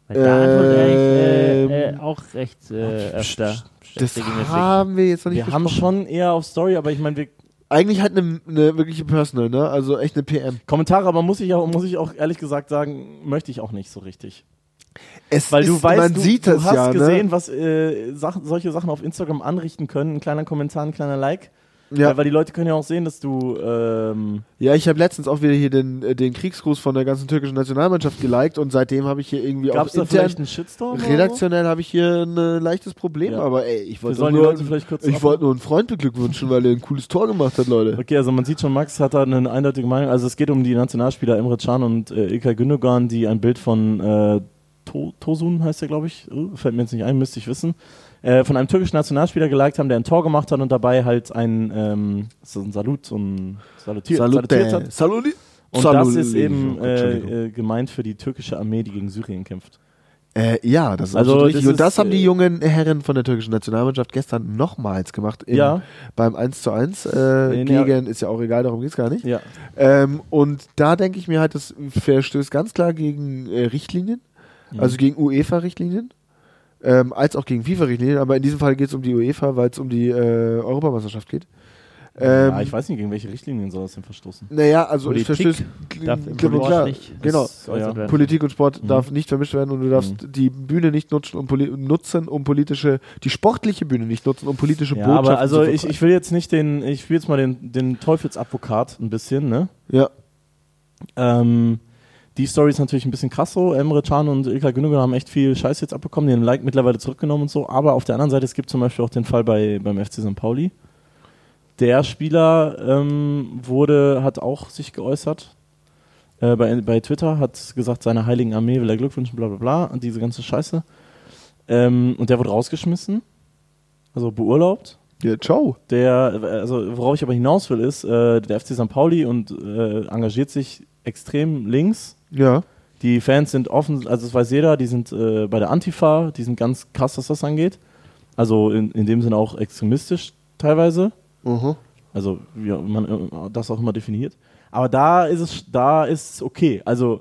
Speaker 3: Weil da antwortet er
Speaker 1: Ähm. oh,
Speaker 3: eigentlich, äh, äh, auch recht äh, öfter.
Speaker 1: Das
Speaker 3: regelmäßig.
Speaker 1: haben wir jetzt noch nicht
Speaker 2: Wir haben schon eher auf Story, aber ich meine, wir
Speaker 1: Eigentlich halt eine ne wirkliche Personal, ne? Also echt eine PM.
Speaker 2: Kommentare, aber muss ich auch, muss ich auch ehrlich gesagt sagen, möchte ich auch nicht so richtig.
Speaker 1: Es
Speaker 2: Weil du
Speaker 1: ist-
Speaker 2: weißt,
Speaker 1: man
Speaker 2: du,
Speaker 1: sieht
Speaker 2: du
Speaker 1: das
Speaker 2: hast
Speaker 1: ja, ne?
Speaker 2: gesehen, was äh, Sachen, solche Sachen auf Instagram anrichten können. Ein kleiner Kommentar, ein kleiner Like.
Speaker 1: ne? Ja.
Speaker 2: Weil, weil die Leute können ja auch sehen, dass du ähm,
Speaker 1: Ja, ich habe letztens auch wieder hier den, äh, den Kriegsgruß von der ganzen türkischen Nationalmannschaft geliked und seitdem habe ich hier irgendwie
Speaker 2: gab es
Speaker 1: auch
Speaker 2: da vielleicht
Speaker 1: intern,
Speaker 2: einen Shitstorm? oder so?
Speaker 1: redaktionell habe ich hier ein äh, leichtes Problem,
Speaker 2: Ja.
Speaker 1: aber ey, ich
Speaker 2: Wir
Speaker 1: wollte
Speaker 2: sollen die
Speaker 1: nur,
Speaker 2: Leute vielleicht kurz
Speaker 1: ich
Speaker 2: ab-
Speaker 1: wollte nur einen Freund beglückwünschen, weil er ein cooles Tor gemacht hat, Leute.
Speaker 2: Okay, also man sieht schon, Max hat da eine eindeutige Meinung. Also es geht um die Nationalspieler Emre Can und äh, Ilkay Gündogan, die ein Bild von äh, to Tosun heißt er, glaube ich, äh, fällt mir jetzt nicht ein, müsste ich wissen, äh, von einem türkischen Nationalspieler geliked haben, der ein Tor gemacht hat und dabei halt ein, ähm, so ein Salut, so ein Salutier, salutiert hat.
Speaker 1: Salut.
Speaker 2: Und das
Speaker 1: Salut.
Speaker 2: ist
Speaker 1: Oh
Speaker 2: eben
Speaker 1: Gott, Entschuldigung.
Speaker 2: äh, äh, gemeint für die türkische Armee, die gegen Syrien kämpft.
Speaker 1: Äh, ja, das ist
Speaker 2: Also,
Speaker 1: absolut
Speaker 2: das
Speaker 1: richtig. Und das
Speaker 2: ist,
Speaker 1: haben die
Speaker 2: äh,
Speaker 1: jungen Herren von der türkischen Nationalmannschaft gestern nochmals gemacht. Im,
Speaker 2: Ja.
Speaker 1: Beim 1 zu 1 äh,
Speaker 2: Nee, nee,
Speaker 1: gegen, ist ja auch egal, darum geht's gar nicht.
Speaker 2: Ja.
Speaker 1: Ähm, und da denke ich mir halt, das verstößt ganz klar gegen äh, Richtlinien,
Speaker 2: Mhm.
Speaker 1: also gegen UEFA-Richtlinien, ähm, als auch gegen FIFA-Richtlinien. Aber in diesem Fall geht es um die UEFA, weil es um die äh, Europameisterschaft geht. Ähm,
Speaker 2: ja, ich weiß nicht, gegen welche Richtlinien soll das denn verstoßen.
Speaker 1: naja, also es
Speaker 3: Politik
Speaker 1: verstößt
Speaker 3: darf im
Speaker 1: klipp und
Speaker 3: Sport
Speaker 1: klar.
Speaker 3: nicht
Speaker 1: Genau.
Speaker 3: geäußert werden.
Speaker 1: Politik und
Speaker 2: Mhm.
Speaker 1: Sport darf nicht vermischt werden und du darfst die Bühne nicht nutzen, um, poli nutzen, um politische, die sportliche Bühne nicht nutzen, um politische
Speaker 2: Ja,
Speaker 1: Botschaften
Speaker 2: aber also
Speaker 1: zu
Speaker 2: ich, ich will jetzt nicht den, ich will jetzt mal den, den Teufelsadvokat ein bisschen, ne?
Speaker 1: ich ja.
Speaker 2: Ähm, die Story ist natürlich ein bisschen krass so. Emre Can und Ilkay Gündogan haben echt viel Scheiß jetzt abbekommen. Die haben Like mittlerweile zurückgenommen und so. Aber auf der anderen Seite, es gibt zum Beispiel auch den Fall bei, beim FC St. Pauli. Der Spieler ähm, wurde, hat auch sich geäußert äh, bei, bei Twitter, hat gesagt, seiner heiligen Armee will er Glück wünschen, bla bla bla, und diese ganze Scheiße. Ähm, und der wurde rausgeschmissen, also beurlaubt.
Speaker 1: ja, ciao.
Speaker 2: Der, also worauf ich aber hinaus will, ist, äh, der FC St. Pauli und äh, engagiert sich extrem links.
Speaker 1: Ja.
Speaker 2: Die Fans sind offen, also das weiß jeder, die sind äh, bei der Antifa, die sind ganz krass, was das angeht. Also in, in dem Sinne auch extremistisch teilweise.
Speaker 1: Mhm.
Speaker 2: Also wie man äh, das auch immer definiert. Aber da ist es, da ist es okay. Also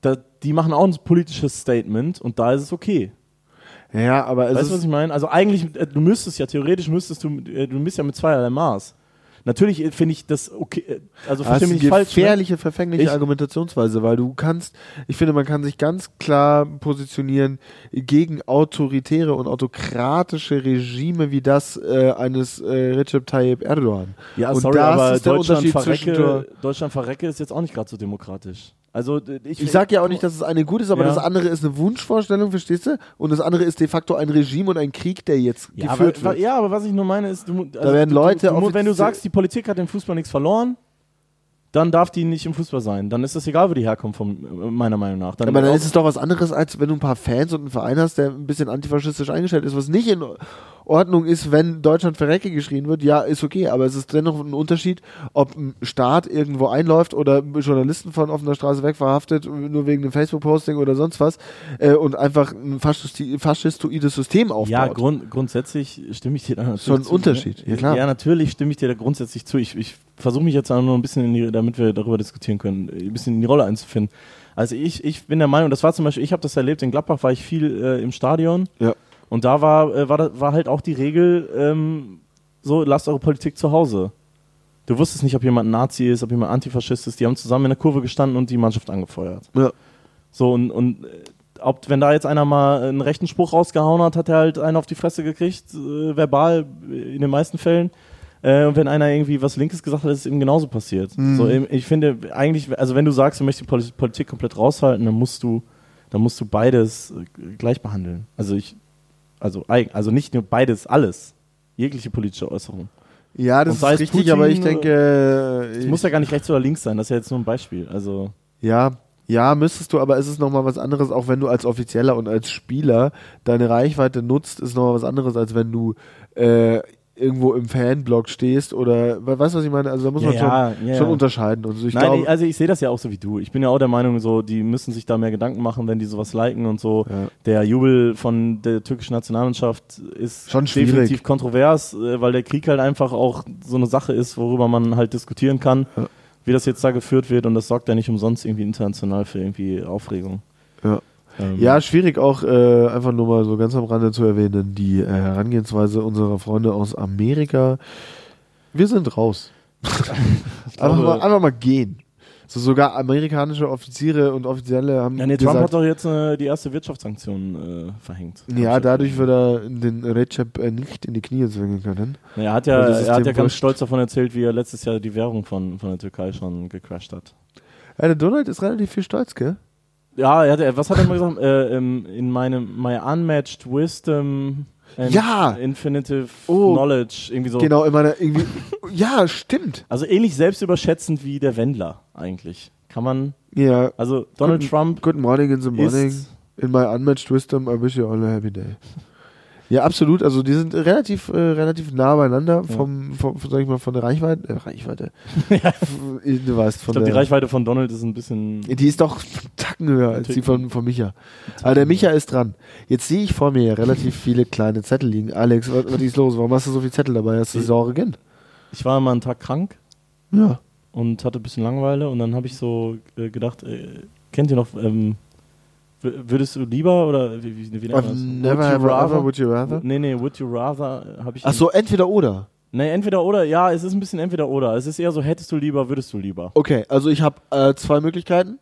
Speaker 2: da, die machen auch ein politisches Statement und da ist es okay.
Speaker 1: Ja, aber es
Speaker 2: Weißt du,
Speaker 1: ist,
Speaker 2: was ich meine? Also eigentlich, äh, du müsstest ja, theoretisch müsstest du, äh, du bist ja mit zweierlei Maß. Natürlich äh, finde ich das okay, äh, also
Speaker 1: Das
Speaker 2: verstehe
Speaker 1: ist
Speaker 2: mich
Speaker 1: eine
Speaker 2: nicht falsch. Ne?
Speaker 1: gefährliche, verfängliche
Speaker 2: Ich-
Speaker 1: Argumentationsweise, weil du kannst, ich finde, man kann sich ganz klar positionieren gegen autoritäre und autokratische Regime wie das äh, eines äh, Recep Tayyip Erdogan.
Speaker 2: Ja,
Speaker 1: und
Speaker 2: sorry,
Speaker 1: das
Speaker 2: aber
Speaker 1: ist der
Speaker 2: Deutschland
Speaker 1: Unterschied zwischen
Speaker 2: verrecke, Deutschland verrecke ist jetzt auch nicht gerade so demokratisch. Also d- ich,
Speaker 1: Ich sag ja auch nicht, dass es eine gut ist, aber
Speaker 2: Ja.
Speaker 1: das andere ist eine Wunschvorstellung, verstehst du? Und das andere ist de facto ein Regime und ein Krieg, der jetzt
Speaker 2: ja,
Speaker 1: geführt
Speaker 2: aber, wa-
Speaker 1: wird.
Speaker 2: ja, aber was ich nur meine ist, du, mu- also
Speaker 1: werden
Speaker 2: du-
Speaker 1: Leute
Speaker 2: du, du, mu- wenn du
Speaker 1: offiziell-
Speaker 2: sagst, die Politik hat dem Fußball nichts verloren, dann darf die nicht im Fußball sein. Dann ist es egal, wo die herkommt, von, äh, meiner Meinung nach. Dann
Speaker 1: aber dann
Speaker 2: auch-
Speaker 1: ist es doch was anderes, als wenn du ein paar Fans und einen Verein hast, der ein bisschen antifaschistisch eingestellt ist, was nicht in Ordnung ist, wenn Deutschland verrecke geschrien wird. Ja, ist okay, aber es ist dennoch ein Unterschied, ob ein Staat irgendwo einläuft oder Journalisten von offener Straße weg verhaftet, nur wegen einem Facebook-Posting oder sonst was äh, und einfach ein faschisti faschistoides System aufbaut.
Speaker 2: Ja, grund, grundsätzlich stimme ich dir da natürlich
Speaker 1: Schon ein
Speaker 2: zu. ne?
Speaker 1: Unterschied,
Speaker 2: ja,
Speaker 1: ja, klar.
Speaker 2: Ja, natürlich stimme ich dir da grundsätzlich zu. Ich, ich versuche mich jetzt auch nur ein bisschen, in die, damit wir darüber diskutieren können, ein bisschen in die Rolle einzufinden. Also ich, ich bin der Meinung, das war zum Beispiel, ich habe das erlebt, in Gladbach war ich viel äh, im Stadion
Speaker 1: Ja.
Speaker 2: und da war, äh, war, da- war halt auch die Regel, ähm, so lasst eure Politik zu Hause. Du wusstest nicht, ob jemand ein Nazi ist, ob jemand Antifaschist ist. Die haben zusammen in der Kurve gestanden und die Mannschaft angefeuert.
Speaker 1: Ja.
Speaker 2: So, und, und äh, ob, wenn da jetzt einer mal einen rechten Spruch rausgehauen hat, hat er halt einen auf die Fresse gekriegt, äh, verbal äh, in den meisten Fällen. Äh, und wenn einer irgendwie was Linkes gesagt hat, ist es eben genauso passiert. So, eben, ich finde eigentlich, also wenn du sagst, du möchtest die Poli- Politik komplett raushalten, dann musst du, dann musst du beides äh, gleich behandeln. Also ich, also, eig- also nicht nur beides, alles. Jegliche politische Äußerung.
Speaker 1: Ja, das
Speaker 2: Und sei
Speaker 1: ist
Speaker 2: es
Speaker 1: richtig,
Speaker 2: Putin
Speaker 1: aber ich
Speaker 2: oder-
Speaker 1: denke. äh,
Speaker 2: Es
Speaker 1: ich-
Speaker 2: muss ja gar nicht rechts oder links sein, das ist ja jetzt nur ein Beispiel. Also,
Speaker 1: Ja, ja, müsstest du, aber ist es ist nochmal was anderes, auch wenn du als Offizieller und als Spieler deine Reichweite nutzt, ist nochmal was anderes, als wenn du äh, irgendwo im Fanblog stehst oder we- weißt du, was ich meine? Also da muss man
Speaker 2: schon,
Speaker 1: schon, schon unterscheiden. Und so. ich
Speaker 2: Nein,
Speaker 1: glaube,
Speaker 2: ich- also ich sehe das ja auch so wie du. Ich bin ja auch der Meinung, so die müssen sich da mehr Gedanken machen, wenn die sowas liken und so.
Speaker 1: Ja.
Speaker 2: Der Jubel von der türkischen Nationalmannschaft ist
Speaker 1: Schon schwierig.
Speaker 2: definitiv kontrovers, äh, weil der Krieg halt einfach auch so eine Sache ist, worüber man halt diskutieren kann,
Speaker 1: Ja.
Speaker 2: wie das jetzt da geführt wird und das sorgt ja nicht umsonst irgendwie international für irgendwie Aufregung.
Speaker 1: Ja.
Speaker 2: Ähm,
Speaker 1: ja, schwierig auch äh, einfach nur mal so ganz am Rande zu erwähnen, die äh, Herangehensweise unserer Freunde aus Amerika. Wir sind raus.
Speaker 2: ich glaube,
Speaker 1: Einfach mal, einfach mal gehen. So, sogar amerikanische Offiziere und Offizielle haben
Speaker 2: ja, nee, Trump
Speaker 1: gesagt,
Speaker 2: hat doch jetzt äh, die erste Wirtschaftssanktion äh, verhängt.
Speaker 1: Ja, dadurch wird er den Recep äh, nicht in die Knie zwingen können.
Speaker 2: Na, Er hat ja,
Speaker 1: Also das ist
Speaker 2: er hat
Speaker 1: dem
Speaker 2: ja ganz
Speaker 1: wurscht.
Speaker 2: stolz davon erzählt, wie er letztes Jahr die Währung von, von der Türkei schon gecrashed hat.
Speaker 1: Ja, der Donald ist relativ viel stolz, gell?
Speaker 2: Ja, er hat, er- was hat er mal gesagt? Äh, ähm, in meinem My Unmatched Wisdom and
Speaker 1: Ja!
Speaker 2: Infinitive
Speaker 1: Oh.
Speaker 2: Knowledge, irgendwie so.
Speaker 1: Genau, in meiner irgendwie. ja, stimmt.
Speaker 2: Also ähnlich selbstüberschätzend wie der Wendler eigentlich. Kann man,
Speaker 1: Ja.
Speaker 2: also Donald
Speaker 1: Guten-
Speaker 2: Trump
Speaker 1: Good morning in the morning.
Speaker 2: ist,
Speaker 1: In my unmatched wisdom, I wish you all a happy day. Ja, absolut. Also die sind relativ, äh, relativ nah beieinander vom, vom, von, sag ich mal, von der Reichweite. Äh, Reichweite. ja. Du weißt,
Speaker 2: ich
Speaker 1: von
Speaker 2: glaube, die
Speaker 1: der.
Speaker 2: Reichweite von Donald ist ein bisschen,
Speaker 1: Die ist doch einen Tacken höher als die
Speaker 2: Ticken.
Speaker 1: von, von Micha. Aber der Micha ist dran. Jetzt sehe ich vor mir ja relativ viele kleine Zettel liegen. Alex, was, was ist los? Warum hast du so viele Zettel dabei? Hast du
Speaker 2: Ich-
Speaker 1: Sorgen?
Speaker 2: ich war mal einen Tag krank
Speaker 1: Ja.
Speaker 2: und hatte ein bisschen Langeweile und dann habe ich so äh, gedacht, äh, kennt ihr noch, ähm, w- würdest du lieber oder wie, wie, wie nennt
Speaker 1: I've
Speaker 2: man das?
Speaker 1: never
Speaker 2: Would you
Speaker 1: ever,
Speaker 2: rather?
Speaker 1: ever would you rather?
Speaker 2: Nee, nee, would you rather äh, habe ich.
Speaker 1: Ach so, entweder oder.
Speaker 2: Nee, entweder oder, ja, es ist ein bisschen entweder oder. Es ist eher so, hättest du lieber, würdest du lieber.
Speaker 1: Okay, also ich habe äh, zwei Möglichkeiten.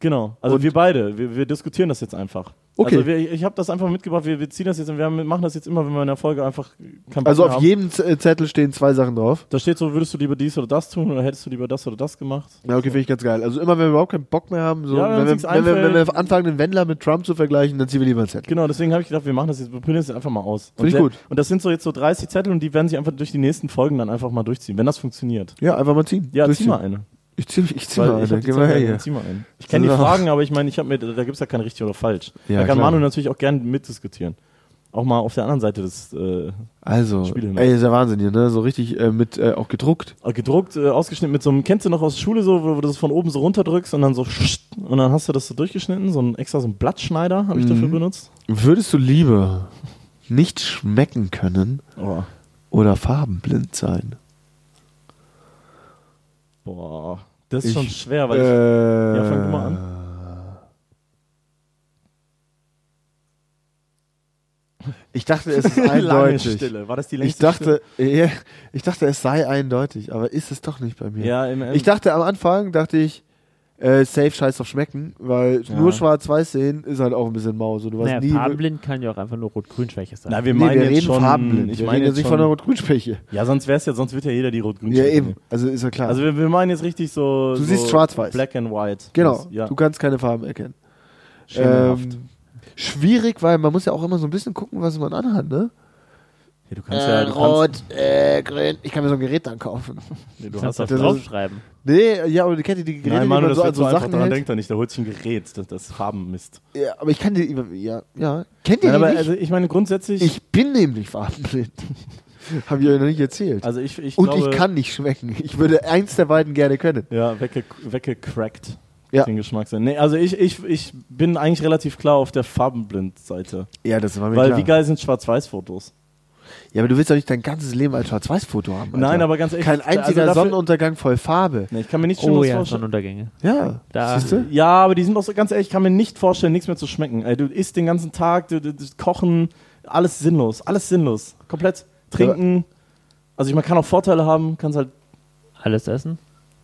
Speaker 2: Genau. Also
Speaker 1: Und-
Speaker 2: wir beide, wir, wir diskutieren das jetzt einfach.
Speaker 1: Okay.
Speaker 2: Also wir, ich habe das einfach mitgebracht, wir, wir ziehen das jetzt und wir haben, machen das jetzt immer, wenn wir in der Folge einfach keinen Bock
Speaker 1: Also
Speaker 2: mehr
Speaker 1: auf
Speaker 2: haben.
Speaker 1: jedem Z- äh, Zettel stehen zwei Sachen drauf.
Speaker 2: Da steht so, würdest du lieber dies oder das tun oder hättest du lieber das oder das gemacht?
Speaker 1: Ja, okay, finde ich ganz geil. Also immer, wenn wir überhaupt keinen Bock mehr haben, so,
Speaker 2: Ja, wenn
Speaker 1: wenn,
Speaker 2: uns
Speaker 1: wir, wenn,
Speaker 2: nichts
Speaker 1: wir, wenn
Speaker 2: einfällt.
Speaker 1: wir anfangen, den Wendler mit Trump zu vergleichen, dann ziehen wir lieber einen Zettel.
Speaker 2: Genau, deswegen habe ich gedacht, wir machen das jetzt, wir printen das einfach mal aus.
Speaker 1: Finde ich
Speaker 2: und der-
Speaker 1: gut.
Speaker 2: Und das sind so jetzt so 30 Zettel und die werden sich einfach durch die nächsten Folgen dann einfach mal durchziehen, wenn das funktioniert.
Speaker 1: Ja, einfach mal ziehen.
Speaker 2: Ja, zieh
Speaker 1: Durchziehen.
Speaker 2: mal eine.
Speaker 1: Ich zieh, ich zieh
Speaker 2: Weil
Speaker 1: mal
Speaker 2: ich
Speaker 1: eine.
Speaker 2: hab die
Speaker 1: Geh mal
Speaker 2: Zeit,
Speaker 1: her.
Speaker 2: dann zieh mal einen. Ich kenne die
Speaker 1: So.
Speaker 2: Fragen, aber ich meine, ich habe mir, da gibt es ja kein richtig oder falsch.
Speaker 1: Ja,
Speaker 2: da kann
Speaker 1: klar.
Speaker 2: Manu natürlich auch gerne mitdiskutieren. Auch mal auf der anderen Seite des äh,
Speaker 1: Also,
Speaker 2: Spiele noch.
Speaker 1: ey, ist ja Wahnsinn hier, ne? So richtig äh, mit, äh, auch gedruckt.
Speaker 2: gedruckt, äh, ausgeschnitten mit so einem, kennst du noch aus der Schule so, wo, wo du das von oben so runterdrückst und dann so schst, und dann hast du das so durchgeschnitten, so ein extra so ein Blattschneider habe ich
Speaker 1: Mhm.
Speaker 2: dafür benutzt.
Speaker 1: Würdest du lieber nicht schmecken können
Speaker 2: Oh.
Speaker 1: oder farbenblind sein?
Speaker 2: Boah. Das ist
Speaker 1: Ich-
Speaker 2: schon schwer, weil ich,
Speaker 1: äh,
Speaker 2: Ja, fang du mal
Speaker 1: Ich dachte, es ist eindeutig.
Speaker 2: Stille. War das die
Speaker 1: ich
Speaker 2: längste Stille?
Speaker 1: dachte, ja, ich dachte, es sei eindeutig, aber ist es doch nicht bei mir.
Speaker 2: ja, ähm. im,
Speaker 1: Ich dachte am Anfang, dachte ich, Äh, safe scheiß auf schmecken, weil
Speaker 2: Ja.
Speaker 1: nur schwarz-weiß sehen ist halt auch ein bisschen mau. So, du
Speaker 3: Naja,
Speaker 1: weißt nie.
Speaker 3: farbenblind kann ja auch einfach nur rot-grün-Schwäche sein.
Speaker 2: Na, wir
Speaker 1: nee,
Speaker 2: meinen
Speaker 1: wir
Speaker 2: jetzt
Speaker 1: reden
Speaker 2: schon.
Speaker 1: farbenblind.
Speaker 2: Ich
Speaker 1: wir
Speaker 2: meine
Speaker 1: reden
Speaker 2: jetzt
Speaker 1: nicht von der
Speaker 2: schon,
Speaker 1: Rot-Grün-Schwäche.
Speaker 2: ja, sonst wär's ja, sonst wird ja jeder die rot-grün
Speaker 1: Ja,
Speaker 2: Schrift
Speaker 1: eben.
Speaker 2: nehmen.
Speaker 1: Also ist ja klar.
Speaker 2: Also wir, wir meinen jetzt richtig so.
Speaker 1: Du
Speaker 2: so
Speaker 1: siehst schwarz-weiß.
Speaker 2: Black and white.
Speaker 1: genau.
Speaker 2: Das- Ja.
Speaker 1: Du kannst keine Farben erkennen.
Speaker 2: Schemenhaft.
Speaker 1: Ähm, schwierig, weil man muss ja auch immer so ein bisschen gucken, was man anhat, ne?
Speaker 2: ja, du kannst ja. Du kannst,
Speaker 1: äh, grün. Ich kann mir so ein Gerät dann kaufen.
Speaker 2: nee,
Speaker 3: du
Speaker 2: du hast
Speaker 3: kannst
Speaker 2: das
Speaker 3: das
Speaker 1: das-
Speaker 3: draufschreiben.
Speaker 1: Nee, ja, aber die kennt ihr die Geräte,
Speaker 2: Nein,
Speaker 1: die
Speaker 2: Manu,
Speaker 1: man
Speaker 2: das
Speaker 1: so
Speaker 2: so
Speaker 1: an
Speaker 2: wird
Speaker 1: so
Speaker 2: so einfach.
Speaker 1: Sachen
Speaker 2: Daran
Speaker 1: hält?
Speaker 2: denkt er nicht. Da holt sich ein Gerät, das, das Farbenmist.
Speaker 1: Ja, aber ich kann die, ja, ja. Kennt ihr
Speaker 2: Nein,
Speaker 1: die
Speaker 2: aber
Speaker 1: nicht?
Speaker 2: also ich meine grundsätzlich.
Speaker 1: ich bin nämlich farbenblind. Hab ich euch noch nicht erzählt.
Speaker 2: also ich, ich
Speaker 1: Und
Speaker 2: glaube,
Speaker 1: ich kann nicht schmecken. Ich würde eins der beiden gerne können.
Speaker 2: Ja, wegge weggecrackt.
Speaker 1: Ja.
Speaker 2: Den Geschmackssinn. Nee, also ich, ich, ich bin eigentlich relativ klar auf der Farbenblind-Seite.
Speaker 1: Ja, das war mir
Speaker 2: Weil
Speaker 1: klar.
Speaker 2: wie geil sind Schwarz-Weiß-Fotos?
Speaker 1: ja, aber du willst doch nicht dein ganzes Leben als Schwarz-Weiß-Foto haben. Alter.
Speaker 2: Nein, aber ganz ehrlich.
Speaker 1: Kein
Speaker 2: also
Speaker 1: einziger
Speaker 2: dafür-
Speaker 1: Sonnenuntergang voll Farbe.
Speaker 2: Nee, ich kann mir nichts
Speaker 3: Oh
Speaker 2: Schlimmeres
Speaker 3: ja,
Speaker 2: vorstellen.
Speaker 3: Sonnenuntergänge.
Speaker 1: Ja,
Speaker 3: Da-
Speaker 1: siehst du?
Speaker 2: Ja, aber die sind auch so ganz ehrlich, ich kann mir nicht vorstellen, nichts mehr zu schmecken. Ey, du isst den ganzen Tag, du, du, du kochen, alles sinnlos, alles sinnlos. Komplett trinken. Also ich, man kann auch Vorteile haben, kannst halt
Speaker 3: Alles essen?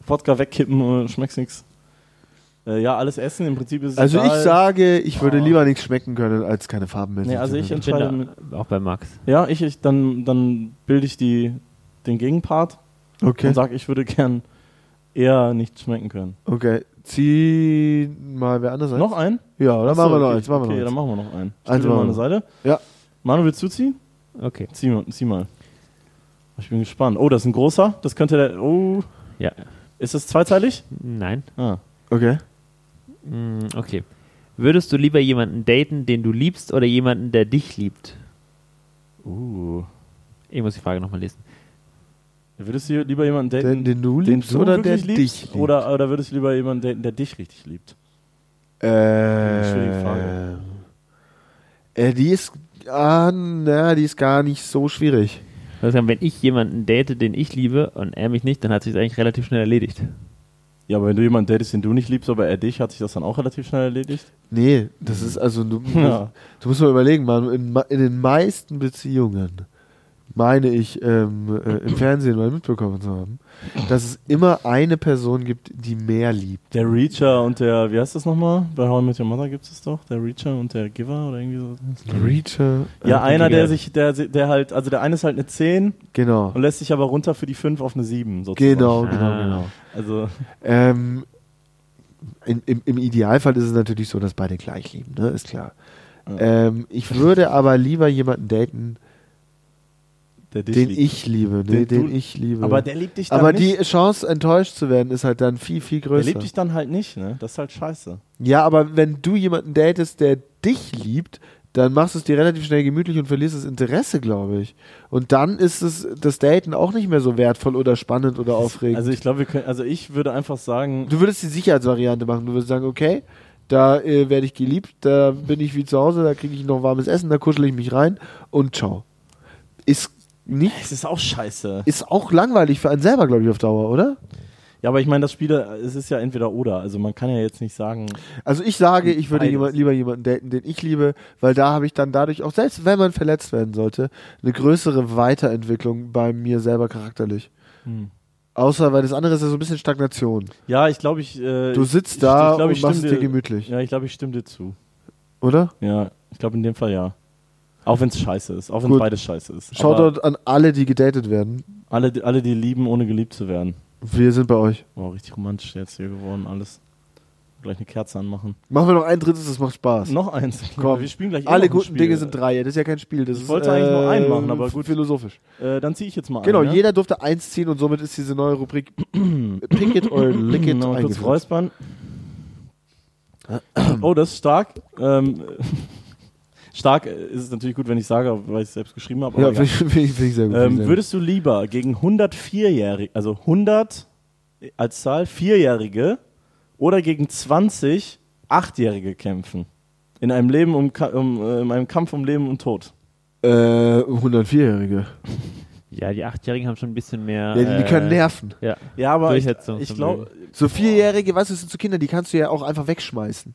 Speaker 2: Wodka wegkippen und schmeckst nichts. Äh, ja, alles essen, im Prinzip ist es
Speaker 1: Also ich
Speaker 2: egal.
Speaker 1: sage, ich würde
Speaker 2: Ah.
Speaker 1: lieber nichts schmecken können, als keine Farben mehr
Speaker 2: Nee,
Speaker 1: sehen
Speaker 2: also
Speaker 1: zu
Speaker 2: ich
Speaker 1: können.
Speaker 3: Ich bin
Speaker 2: entscheide
Speaker 3: da, auch bei Max.
Speaker 2: Ja, ich, ich dann, dann bilde ich die, den Gegenpart
Speaker 1: Okay,
Speaker 2: und sage, ich würde gern eher nicht schmecken können.
Speaker 1: okay. Zieh mal wer anders ein.
Speaker 2: Noch einen?
Speaker 1: Ja, dann
Speaker 2: Achso,
Speaker 1: machen wir noch
Speaker 2: okay.
Speaker 1: eins. Machen wir noch
Speaker 2: okay, dann
Speaker 1: eins.
Speaker 2: machen wir noch einen. Ich
Speaker 1: Eins
Speaker 2: also mal
Speaker 1: machen
Speaker 2: eine
Speaker 1: wir.
Speaker 2: Seite.
Speaker 1: Ja.
Speaker 2: Manu, willst du ziehen?
Speaker 3: Okay.
Speaker 2: Zieh mal. Zieh mal. Ich bin gespannt. Oh, das ist ein großer. Das könnte der. Oh.
Speaker 3: Ja.
Speaker 2: Ist das zweiteilig?
Speaker 3: Nein.
Speaker 2: Ah.
Speaker 1: Okay.
Speaker 3: Mm, Okay. Würdest du lieber jemanden daten, den du liebst, oder jemanden, der dich liebt?
Speaker 2: Uh.
Speaker 3: Ich muss die Frage nochmal lesen.
Speaker 2: Würdest du lieber jemanden
Speaker 1: Den,
Speaker 2: daten,
Speaker 1: den du
Speaker 2: den
Speaker 1: liebst
Speaker 2: du
Speaker 1: oder der
Speaker 2: wirklich
Speaker 1: dich
Speaker 2: liebst?
Speaker 1: liebt?
Speaker 2: Oder, oder würdest du lieber jemanden daten, der dich richtig liebt? schwierige
Speaker 1: Äh,
Speaker 2: Frage.
Speaker 1: äh, die ist, ah, na, die ist gar nicht so schwierig.
Speaker 3: Also wenn ich jemanden date, den ich liebe und er mich nicht, dann hat sich das eigentlich relativ schnell erledigt.
Speaker 2: Ja, aber wenn du jemanden datest, den du nicht liebst, aber er dich, hat sich das dann auch relativ schnell erledigt.
Speaker 1: Nee,
Speaker 2: Mhm.
Speaker 1: das ist also, du, du musst mal überlegen, man, in, ma- in den meisten Beziehungen meine ich ähm, äh, im Fernsehen mal mitbekommen zu haben, dass es immer eine Person gibt, die mehr liebt.
Speaker 2: Der Reacher und der, wie heißt das nochmal? Bei How I Met Your Mother gibt es doch. Der Reacher und der Giver oder irgendwie so.
Speaker 1: Reacher. äh,
Speaker 2: Ja, einer, der
Speaker 3: Giver.
Speaker 2: sich, der, der halt, also der eine ist halt eine 10
Speaker 1: Genau.
Speaker 2: und lässt sich aber runter für die 5 auf eine 7 sozusagen.
Speaker 1: Genau, genau,
Speaker 3: Ah.
Speaker 1: genau.
Speaker 2: Also,
Speaker 1: Ähm, in, im, Im Idealfall ist es natürlich so, dass beide gleich lieben, ne? ist klar. Ähm, ich würde aber lieber jemanden daten,
Speaker 2: der dich
Speaker 1: den
Speaker 2: liebt.
Speaker 1: ich liebe. Nee, den,
Speaker 2: Den du-
Speaker 1: ich liebe.
Speaker 2: Aber der liebt dich dann
Speaker 1: Aber die
Speaker 2: nicht.
Speaker 1: Chance, enttäuscht zu werden, ist halt dann viel, viel
Speaker 2: der
Speaker 1: größer.
Speaker 2: liebt dich dann halt nicht, ne? Das ist halt scheiße.
Speaker 1: Ja, aber wenn du jemanden datest, der dich liebt, dann machst du es dir relativ schnell gemütlich und verlierst das Interesse, glaube ich. Und dann ist es das Daten auch nicht mehr so wertvoll oder spannend oder aufregend.
Speaker 2: Also ich glaube, wir können, also ich würde einfach sagen,
Speaker 1: Du würdest die Sicherheitsvariante machen. Du würdest sagen, okay, da äh, werde ich geliebt, da bin ich wie zu Hause, da kriege ich noch warmes Essen, da kuschel ich mich rein und ciao. Ist nicht,
Speaker 2: es ist auch scheiße.
Speaker 1: ist auch langweilig für einen selber, glaube ich, auf Dauer, oder?
Speaker 2: Ja, aber ich meine, das Spiel, äh, es ist ja entweder oder. Also man kann ja jetzt nicht sagen,
Speaker 1: Also ich sage, ich würde
Speaker 2: Hm, Beides.
Speaker 1: jemand, lieber jemanden daten, den ich liebe, weil da habe ich dann dadurch auch, selbst wenn man verletzt werden sollte, eine größere Weiterentwicklung bei mir selber charakterlich.
Speaker 2: Hm.
Speaker 1: Außer, weil das andere ist ja so ein bisschen Stagnation.
Speaker 2: ja, ich glaube, ich. Äh,
Speaker 1: Du
Speaker 2: ich-
Speaker 1: sitzt
Speaker 2: ich-
Speaker 1: da
Speaker 2: ich glaub,
Speaker 1: und
Speaker 2: ich
Speaker 1: machst
Speaker 2: stimme
Speaker 1: es dir gemütlich,
Speaker 2: Ja, ich glaube, ich stimme dir zu.
Speaker 1: oder?
Speaker 2: Ja, ich glaube in dem Fall ja. Auch wenn es scheiße ist, auch wenn
Speaker 1: Gut.
Speaker 2: beides scheiße ist. Aber
Speaker 1: Shoutout an alle, die gedatet werden.
Speaker 2: alle, die- alle, die lieben, ohne geliebt zu werden.
Speaker 1: Wir sind bei euch.
Speaker 2: Wow, richtig romantisch jetzt hier geworden, alles. Gleich eine Kerze anmachen.
Speaker 1: Machen wir noch ein drittes, das macht Spaß.
Speaker 2: Noch eins.
Speaker 1: Komm.
Speaker 2: Wir spielen gleich eh
Speaker 1: Alle
Speaker 2: noch ein
Speaker 1: guten
Speaker 2: Spiel.
Speaker 1: Dinge sind drei. Das ist ja kein Spiel. Das
Speaker 2: Ich
Speaker 1: ist,
Speaker 2: wollte eigentlich nur einen machen, aber gut.
Speaker 1: Philosophisch.
Speaker 2: Äh, dann ziehe ich jetzt mal
Speaker 1: Genau,
Speaker 2: ein.
Speaker 1: jeder durfte eins ziehen und somit ist diese neue Rubrik Pick it or lick it
Speaker 2: Nochmal Genau, kurz
Speaker 1: eingeführt.
Speaker 2: räuspern. oh, das ist stark. Ähm, stark äh, ist es natürlich gut, wenn ich sage, weil ich es selbst geschrieben habe. aber
Speaker 1: Ja,
Speaker 2: egal.
Speaker 1: finde ich, find ich, find ich sehr gut. find ich
Speaker 2: Ähm,
Speaker 1: sehr
Speaker 2: würdest du lieber gegen 104-Jährige, also 100 als Zahl, 4-Jährige oder gegen 20 8-Jährige kämpfen? In einem Leben um, Ka- um äh, in einem Kampf um Leben und Tod.
Speaker 1: gut. Äh, 104-Jährige.
Speaker 3: Ja, die Achtjährigen haben schon ein bisschen mehr.
Speaker 1: Ja, die, die können
Speaker 3: äh,
Speaker 1: nerven.
Speaker 3: Ja.
Speaker 2: Ja, aber ich,
Speaker 3: Durchsetzungsvermögen.
Speaker 2: ich glaube,
Speaker 1: So Vierjährige, weißt du, das sind so Kinder, die kannst du ja auch einfach wegschmeißen.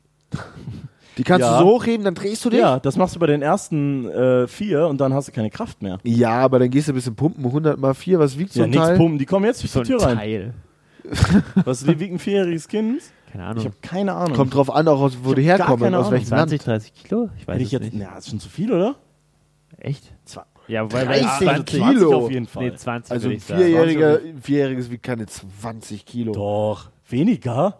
Speaker 1: Die kannst
Speaker 2: Ja.
Speaker 1: du so hochheben, dann drehst du dich.
Speaker 2: ja, das machst du bei den ersten äh, vier und dann hast du keine Kraft mehr.
Speaker 1: Ja, aber dann gehst du ein bisschen pumpen. 100 mal 4, was wiegt so
Speaker 2: ja,
Speaker 1: ein
Speaker 2: nichts
Speaker 1: Teil?
Speaker 2: pumpen, die kommen jetzt durch
Speaker 3: So
Speaker 2: die
Speaker 3: ein
Speaker 2: Tür rein.
Speaker 3: Teil.
Speaker 2: Was, wie wiegt ein vierjähriges Kind?
Speaker 3: Keine
Speaker 2: Ich
Speaker 3: Ahnung.
Speaker 2: habe keine Ahnung.
Speaker 1: Hm. Kommt drauf an, auch aus, wo
Speaker 2: Ich
Speaker 1: die
Speaker 2: hab gar
Speaker 1: herkommen,
Speaker 2: keine
Speaker 1: aus
Speaker 2: Ahnung.
Speaker 1: welchem
Speaker 3: 20,
Speaker 1: Land.
Speaker 3: 30 Kilo? Ich weiß
Speaker 2: Hätte ich
Speaker 3: es
Speaker 2: jetzt,
Speaker 1: ne-
Speaker 3: nicht.
Speaker 2: na, ist schon zu viel, oder?
Speaker 3: Echt?
Speaker 2: Zwei-
Speaker 3: Ja, weil
Speaker 1: Dreißig
Speaker 2: 30
Speaker 1: Kilo.
Speaker 2: auf jeden Fall.
Speaker 3: Nee, 20
Speaker 1: Also
Speaker 3: würde
Speaker 1: ein
Speaker 3: ich sagen.
Speaker 1: Vierjähriger, ein Vierjähriges wie keine 20 Kilo.
Speaker 2: Doch, weniger.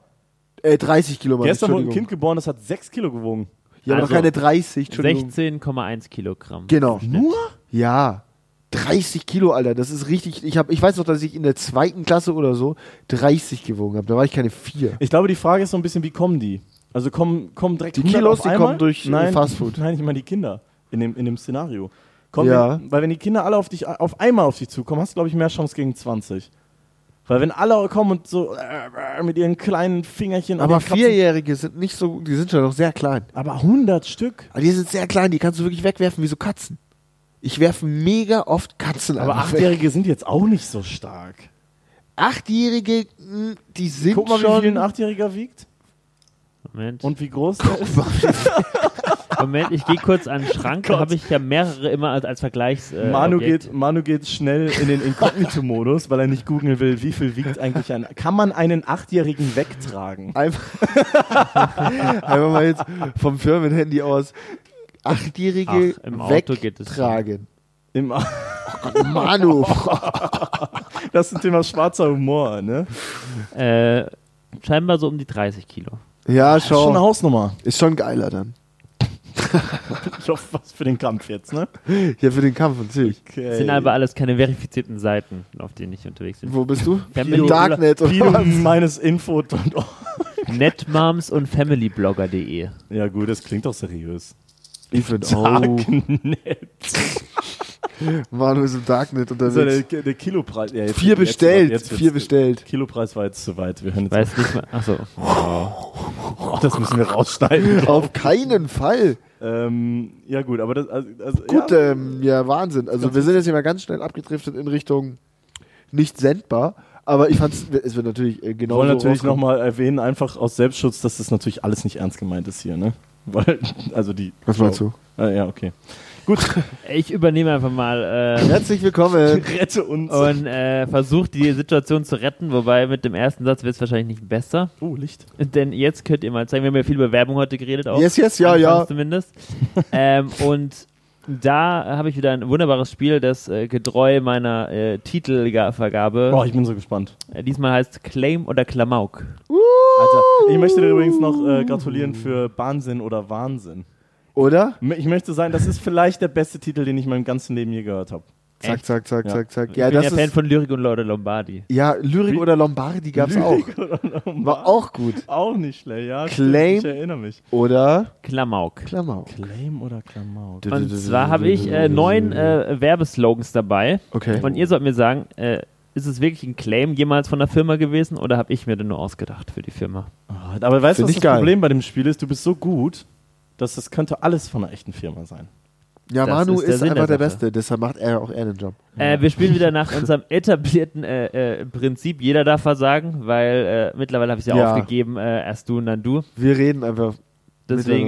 Speaker 1: Äh, 30 Kilo, meine ich,
Speaker 2: Gestern wurde ein
Speaker 1: Entschuldigung.
Speaker 2: Kind geboren, das hat 6 Kilo gewogen.
Speaker 1: Ja, aber
Speaker 3: Also
Speaker 1: doch keine 30, Entschuldigung.
Speaker 3: 16,1 Kilogramm.
Speaker 1: Genau.
Speaker 2: Nur?
Speaker 1: Ja. 30 Kilo, Alter, das ist richtig. Ich, hab, ich weiß noch, dass ich in der zweiten Klasse oder so 30 gewogen habe. Da war ich keine 4.
Speaker 2: Ich glaube, die Frage ist so ein bisschen, wie kommen die? Also kommen, kommen direkt
Speaker 1: Die
Speaker 2: 100
Speaker 1: Kilos,
Speaker 2: auf
Speaker 1: die
Speaker 2: einmal?
Speaker 1: kommen durch, äh,
Speaker 2: nein,
Speaker 1: Fastfood.
Speaker 2: Nein, ich meine die Kinder in dem, in dem Szenario. Kommen
Speaker 1: Ja.
Speaker 2: die, weil wenn die Kinder alle auf dich auf einmal auf dich zukommen, hast du, glaube ich, mehr Chance gegen 20. Weil wenn alle kommen und so äh, äh, mit ihren kleinen Fingerchen und
Speaker 1: Aber
Speaker 2: den Katzen-
Speaker 1: Vierjährige sind nicht so, die sind schon noch sehr klein.
Speaker 2: Aber 100 Stück?
Speaker 1: Aber die sind sehr klein, die kannst du wirklich wegwerfen wie so Katzen. Ich werfe mega oft Katzen
Speaker 2: Aber
Speaker 1: einfach weg.
Speaker 2: Achtjährige sind jetzt auch nicht so stark.
Speaker 1: Achtjährige, mh, die sind
Speaker 2: Guck mal, wie
Speaker 1: schon.
Speaker 2: viel ein Achtjähriger wiegt
Speaker 3: Moment.
Speaker 2: und wie groß der ist.
Speaker 3: Moment, ich gehe kurz an den Schrank.
Speaker 1: Oh
Speaker 3: da habe ich ja mehrere immer als, als Vergleichs. Äh,
Speaker 2: Manu
Speaker 3: Objekt.
Speaker 2: geht, Manu geht schnell in den Inkognito-Modus, weil er nicht googeln will, wie viel wiegt eigentlich ein. Kann man einen Achtjährigen wegtragen?
Speaker 1: Einfach, einfach mal jetzt vom Firmenhandy aus. Achtjährige
Speaker 3: Ach, im Auto geht es
Speaker 1: wegtragen.
Speaker 2: Im A-
Speaker 1: Manu,
Speaker 2: Das ist ein Thema schwarzer Humor, ne?
Speaker 3: Äh, scheinbar so um die 30 Kilo.
Speaker 1: Ja,
Speaker 2: Das ist schon eine
Speaker 1: schau.
Speaker 2: Hausnummer.
Speaker 1: Ist schon geiler dann.
Speaker 2: Ich hoffe, was für den Kampf jetzt, ne?
Speaker 1: Ja, für den Kampf natürlich.
Speaker 3: Das sind aber alles keine verifizierten Seiten, auf denen ich unterwegs bin.
Speaker 1: Wo bist du?
Speaker 3: Family-
Speaker 1: Im Darknet oder
Speaker 2: Pilo
Speaker 1: was?
Speaker 2: meines Info. Oh.
Speaker 3: Netmoms und Familyblogger.de.
Speaker 2: Ja, gut, das klingt doch seriös.
Speaker 1: Ich find auch.
Speaker 2: Darknet.
Speaker 1: Manu ist im Darknet
Speaker 2: Also der,
Speaker 1: unterwegs.
Speaker 2: der Kilopreis. Ja, jetzt-
Speaker 1: Vier
Speaker 2: jetzt-
Speaker 1: bestellt,
Speaker 2: jetzt wird's-
Speaker 1: vier bestellt.
Speaker 2: Kilopreis war jetzt zu weit. Wir hören jetzt
Speaker 3: Weiß nicht mal. Achso.
Speaker 2: auf. Das müssen wir rausschneiden.
Speaker 1: Auf keinen Fall.
Speaker 2: ähm, ja, gut, aber das. Also, also,
Speaker 1: Gut,
Speaker 2: ja.
Speaker 1: ja, ähm, ja Wahnsinn. Also wir sind jetzt hier mal ganz schnell abgedriftet in Richtung nicht sendbar, aber ich fand's, es wird natürlich äh,
Speaker 2: Wir
Speaker 1: genau
Speaker 2: wollen
Speaker 1: so
Speaker 2: natürlich
Speaker 1: rauskommen.
Speaker 2: nochmal erwähnen, einfach aus Selbstschutz, dass das natürlich alles nicht ernst gemeint ist hier, ne? Weil, also die.
Speaker 1: Was meinst du?
Speaker 2: Ah, ja, okay. Gut,
Speaker 3: Ich übernehme einfach mal
Speaker 1: Herzlich willkommen.
Speaker 2: rette uns.
Speaker 3: äh, und äh, versuche die Situation zu retten, wobei mit dem ersten Satz wird es wahrscheinlich nicht besser.
Speaker 2: oh, Licht.
Speaker 3: Denn jetzt könnt ihr mal zeigen, wir haben ja viel Bewerbung heute geredet auch.
Speaker 1: Yes, yes, ja, ja.
Speaker 3: Anfangs Zumindest. ähm, und da habe ich wieder ein wunderbares Spiel, das äh, getreu meiner äh, Titelvergabe.
Speaker 2: Oh, ich bin so gespannt.
Speaker 3: Äh, Diesmal heißt Claim oder Klamauk.
Speaker 2: Alter, Also, ich möchte dir übrigens noch äh, gratulieren für Wahnsinn oder Wahnsinn.
Speaker 1: Oder?
Speaker 2: M- Ich möchte sagen, das ist vielleicht der beste Titel, den ich in meinem ganzen Leben je gehört habe.
Speaker 1: Zack,
Speaker 3: Echt?
Speaker 1: zack, zack,
Speaker 2: Ja.
Speaker 1: zack, zack.
Speaker 3: ich
Speaker 1: Ja,
Speaker 3: bin ja
Speaker 1: das
Speaker 3: Fan
Speaker 1: ist,
Speaker 3: von Lyrik und Leute Lombardi.
Speaker 1: ja, Lyrik
Speaker 2: Lü-
Speaker 1: oder Lombardi gab's auch. War auch gut.
Speaker 2: Auch nicht schlecht, ja.
Speaker 1: Claim.
Speaker 2: Stimmt, ich erinnere mich.
Speaker 1: Oder?
Speaker 3: Klamauk.
Speaker 1: Klammer.
Speaker 2: Claim oder Klamauk?
Speaker 3: Und zwar habe ich äh, neun äh, Werbeslogans dabei.
Speaker 1: Okay.
Speaker 3: Und ihr sollt mir sagen, äh, ist es wirklich ein Claim jemals von der Firma gewesen oder habe ich mir den nur ausgedacht für die Firma?
Speaker 2: Ah, Aber weißt du,
Speaker 1: Find
Speaker 2: was
Speaker 1: ich
Speaker 2: das
Speaker 1: geil.
Speaker 2: Problem bei dem Spiel ist? Du bist so gut, dass das könnte alles von einer echten Firma sein.
Speaker 1: Ja,
Speaker 3: das
Speaker 1: Manu
Speaker 3: ist der
Speaker 1: ist
Speaker 3: Sinn
Speaker 1: einfach
Speaker 3: der
Speaker 1: der
Speaker 3: Sache.
Speaker 1: Beste, deshalb macht er auch er den Job.
Speaker 3: Äh, wir spielen wieder nach unserem etablierten äh, äh, Prinzip. Jeder darf versagen, weil äh, mittlerweile habe ich ja,
Speaker 1: Ja.
Speaker 3: aufgegeben, äh, erst du und dann du.
Speaker 1: Wir reden einfach.
Speaker 3: Deswegen,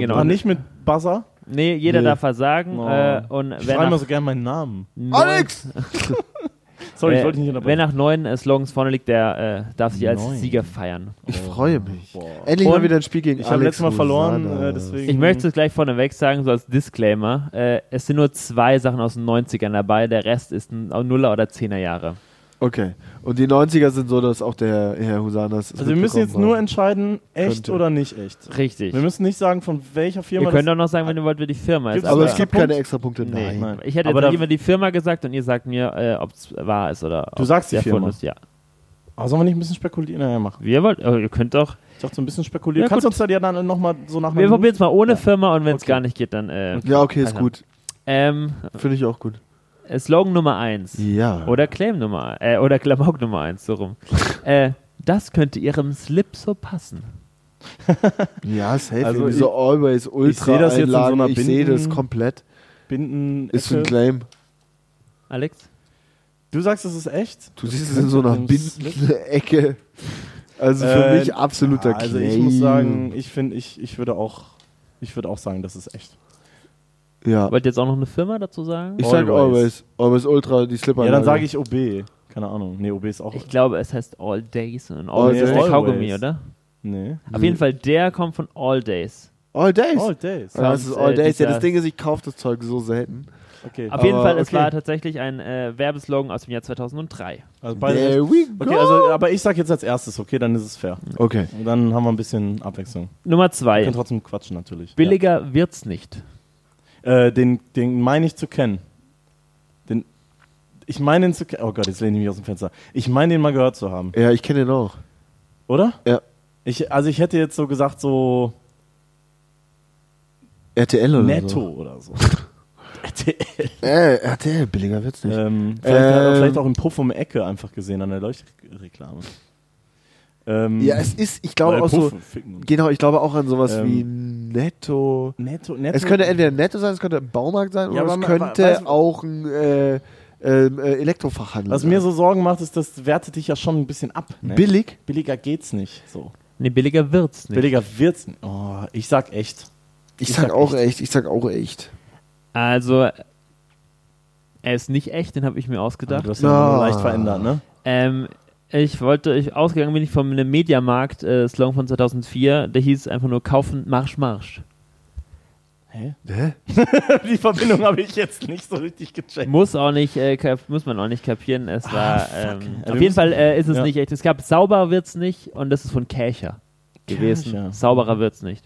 Speaker 1: Miteinander.
Speaker 3: genau.
Speaker 2: Aber Ah, nicht mit Buzzer.
Speaker 3: Nee, jeder
Speaker 1: Nee.
Speaker 3: darf versagen.
Speaker 2: Oh.
Speaker 3: Äh, und
Speaker 2: Ich
Speaker 3: wer
Speaker 2: frage immer
Speaker 3: nach,
Speaker 2: so gerne meinen Namen.
Speaker 3: neun,
Speaker 1: Alex!
Speaker 2: Sorry,
Speaker 3: äh,
Speaker 2: ich wollte nicht
Speaker 3: wer
Speaker 2: unterbrechen.
Speaker 3: nach neun äh, Slogans vorne liegt, der äh, darf sich als
Speaker 2: Neun.
Speaker 3: Sieger feiern.
Speaker 1: Ich freue mich.
Speaker 2: Boah.
Speaker 1: Endlich mal
Speaker 3: Und
Speaker 1: wieder ein Spiel gegen
Speaker 2: Ich habe
Speaker 1: Alex.
Speaker 2: letztes Mal verloren,
Speaker 1: Rosanas.
Speaker 2: äh, deswegen.
Speaker 3: Ich möchte es gleich vorneweg sagen, so als Disclaimer. Äh, es sind nur zwei Sachen aus den 90ern dabei, der Rest ist ein Nuller- oder Zehnerjahre.
Speaker 1: Okay. Und die 90er sind so, dass auch der Herr Husanas. es
Speaker 2: Also wir müssen jetzt
Speaker 1: mitbekommen
Speaker 2: nur
Speaker 1: hat.
Speaker 2: entscheiden, echt
Speaker 1: Könnte.
Speaker 2: oder nicht echt.
Speaker 3: Richtig.
Speaker 2: Wir müssen nicht sagen, von welcher Firma
Speaker 3: Ihr könnt
Speaker 2: das
Speaker 3: auch noch sagen, wenn ihr wollt, wer die Firma ist.
Speaker 2: Gibt's
Speaker 1: Aber
Speaker 2: Ja.
Speaker 1: es gibt keine extra Punkte.
Speaker 3: Nee.
Speaker 1: Nein.
Speaker 2: Nein.
Speaker 3: Ich hätte
Speaker 2: Aber
Speaker 3: jetzt
Speaker 2: da-
Speaker 3: immer die Firma gesagt und ihr sagt mir, äh, ob es wahr ist oder
Speaker 2: Du
Speaker 3: ob
Speaker 2: sagst die
Speaker 3: der
Speaker 2: Firma.
Speaker 3: Fund Ist. Ja.
Speaker 2: oh, sollen wir nicht ein bisschen spekulieren? Naja, machen.
Speaker 3: Wir wollt, aber ihr könnt auch.
Speaker 2: Ich dachte so ein bisschen spekulieren.
Speaker 3: Ja,
Speaker 2: Kannst du
Speaker 3: gut.
Speaker 2: uns da ja dann nochmal so nach
Speaker 3: Wir
Speaker 2: meinem-
Speaker 3: probieren es mal ohne
Speaker 2: Ja.
Speaker 3: Firma und wenn es
Speaker 2: Okay.
Speaker 3: gar nicht geht, dann. Äh,
Speaker 1: Ja, okay, ist
Speaker 3: Also.
Speaker 1: gut.
Speaker 3: ähm, äh,
Speaker 1: Finde ich auch gut.
Speaker 3: Slogan Nummer 1.
Speaker 1: Ja.
Speaker 3: Oder Claim Nummer. Äh, oder Klamauk Nummer 1, so rum. äh, das könnte ihrem Slip so passen.
Speaker 1: Ja, safe.
Speaker 2: Also
Speaker 1: Also
Speaker 2: ich-
Speaker 1: so Always Ultra
Speaker 2: seh das jetzt in so
Speaker 1: Einlagen.
Speaker 2: einer
Speaker 1: Ich sehe das
Speaker 2: Binden-
Speaker 1: komplett.
Speaker 2: Binden.
Speaker 1: Ist ein
Speaker 2: Ecke.
Speaker 1: Claim.
Speaker 3: Alex?
Speaker 2: Du sagst, es ist echt?
Speaker 1: Du siehst es in so einer
Speaker 2: Im Slip.
Speaker 1: Binden-Ecke. Also für
Speaker 2: Äh,
Speaker 1: mich absoluter
Speaker 2: ja, Also
Speaker 1: Claim.
Speaker 2: ich muss sagen, ich finde, ich, ich würde auch, ich würde auch sagen, das ist echt.
Speaker 1: Ja.
Speaker 3: Wollt ihr jetzt auch noch eine Firma dazu sagen?
Speaker 1: Ich sage
Speaker 2: Always.
Speaker 1: Always. Always Ultra, die Slipper.
Speaker 2: Ja, dann sage ich OB. Keine Ahnung. Nee, OB ist auch.
Speaker 3: Ich glaube, es heißt All Days und All,
Speaker 1: All
Speaker 3: Days ist
Speaker 1: Days. Mhm.
Speaker 3: der Kaugummi,
Speaker 2: Always.
Speaker 3: oder?
Speaker 2: Nee.
Speaker 3: Auf jeden Fall, der kommt von All Days.
Speaker 1: All Days.
Speaker 2: All Days.
Speaker 1: Ja, das ist All
Speaker 3: äh,
Speaker 1: Days. Ja,
Speaker 3: dieser-
Speaker 1: das Ding ist, ich kaufe das Zeug so selten.
Speaker 2: Okay.
Speaker 3: Auf jeden
Speaker 1: Aber
Speaker 3: Fall, es
Speaker 1: okay.
Speaker 3: war tatsächlich ein äh, Werbeslogan aus dem Jahr 2003.
Speaker 2: Also beide.
Speaker 1: There we go.
Speaker 2: Okay, also, aber ich sag jetzt als erstes, okay, dann ist es fair.
Speaker 1: okay.
Speaker 2: Und dann haben wir ein bisschen Abwechslung.
Speaker 3: Nummer
Speaker 1: Ah,
Speaker 2: Wir
Speaker 3: zwei.
Speaker 2: können trotzdem quatschen natürlich.
Speaker 3: Billiger wird's nicht.
Speaker 2: Ja. Äh, den den meine ich zu kennen. Den, ich meine den zu kennen. Oh Gott, jetzt lehne ich mich aus dem Fenster. Ich meine den mal gehört zu haben,
Speaker 1: Ja, ich kenne den auch.
Speaker 2: oder?
Speaker 1: Ja.
Speaker 2: Ich, also ich hätte jetzt so gesagt, so
Speaker 1: RTL oder
Speaker 2: netto
Speaker 1: so.
Speaker 2: oder so.
Speaker 1: Äh, RTL, billiger wird's nicht.
Speaker 2: ähm, vielleicht, hat er
Speaker 1: Ähm.
Speaker 2: vielleicht auch im Puff um die Ecke einfach gesehen an der Leuchtreklame. Ähm,
Speaker 1: Ja, es ist, ich
Speaker 2: weil
Speaker 1: glaube auch so,
Speaker 2: Puffen ficken und-
Speaker 1: genau, ich glaube auch an sowas
Speaker 2: Ähm.
Speaker 1: wie Netto.
Speaker 2: netto, netto.
Speaker 1: Es könnte entweder Netto sein, es könnte ein Baumarkt sein
Speaker 2: Ja,
Speaker 1: oder
Speaker 2: aber
Speaker 1: es
Speaker 2: man-
Speaker 1: könnte
Speaker 2: weiß-
Speaker 1: auch ein äh, ähm, äh, Elektrofachhandel
Speaker 2: Was
Speaker 1: sein.
Speaker 2: mir so Sorgen macht, ist, das wertet dich ja schon ein bisschen ab. Ne?
Speaker 1: Billig?
Speaker 2: Billiger geht's nicht. So.
Speaker 3: Nee, billiger wird's nicht.
Speaker 2: Billiger wird's nicht. Oh, ich sag echt.
Speaker 1: Ich,
Speaker 2: Ich
Speaker 1: sag,
Speaker 2: sag
Speaker 1: auch echt. ich sag auch echt.
Speaker 3: Also, er ist nicht echt, den habe ich mir
Speaker 2: Aber
Speaker 3: ausgedacht.
Speaker 2: Du hast ja
Speaker 1: Ah.
Speaker 2: nur leicht verändert, ne?
Speaker 3: Ähm, ich wollte, ich ausgegangen bin ich von einem Mediamarkt-Slogan von 2004, der hieß einfach nur Kaufen, Marsch, Marsch.
Speaker 2: Hä?
Speaker 1: Hä?
Speaker 2: Die Verbindung habe ich jetzt nicht so richtig gecheckt.
Speaker 3: Muss auch nicht, äh, kap- muss man auch nicht kapieren. Es
Speaker 2: Ah,
Speaker 3: war,
Speaker 2: fuck.
Speaker 3: ähm,
Speaker 2: Ja, wir
Speaker 3: auf jeden
Speaker 2: müssen-
Speaker 3: Fall äh, ist es
Speaker 2: Ja.
Speaker 3: nicht echt. Es gab Sauber wird's nicht und das ist von Kächer gewesen.
Speaker 2: Kärcher.
Speaker 3: Sauberer wird's nicht.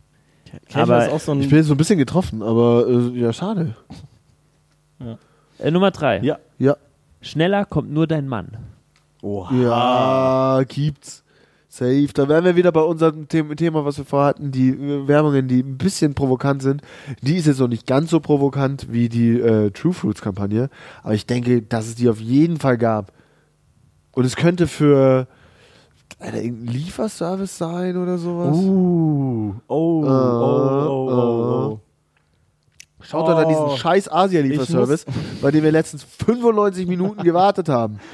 Speaker 2: Kärcher
Speaker 3: Aber
Speaker 2: ist auch so
Speaker 1: Ich
Speaker 2: ein.
Speaker 1: bin jetzt so ein bisschen getroffen, aber äh, ja, schade.
Speaker 3: Äh, Nummer drei.
Speaker 2: Ja.
Speaker 1: Ja.
Speaker 3: Schneller kommt nur dein Mann.
Speaker 2: Oha.
Speaker 1: Ja, gibt's. Safe. Da wären wir wieder bei unserem The- Thema, was wir vorher hatten, die äh, Werbungen, die ein bisschen provokant sind. Die ist jetzt noch nicht ganz so provokant wie die äh, True Fruits Kampagne, aber ich denke, dass es die auf jeden Fall gab. Und es könnte für Alter, irgendein Lieferservice sein oder sowas.
Speaker 2: Uh. Oh, oh,
Speaker 1: Äh,
Speaker 2: oh, oh, oh.
Speaker 1: Schaut doch an
Speaker 2: Oh.
Speaker 1: diesen scheiß Asia-Lieferservice, bei dem wir letztens 95 Minuten gewartet haben.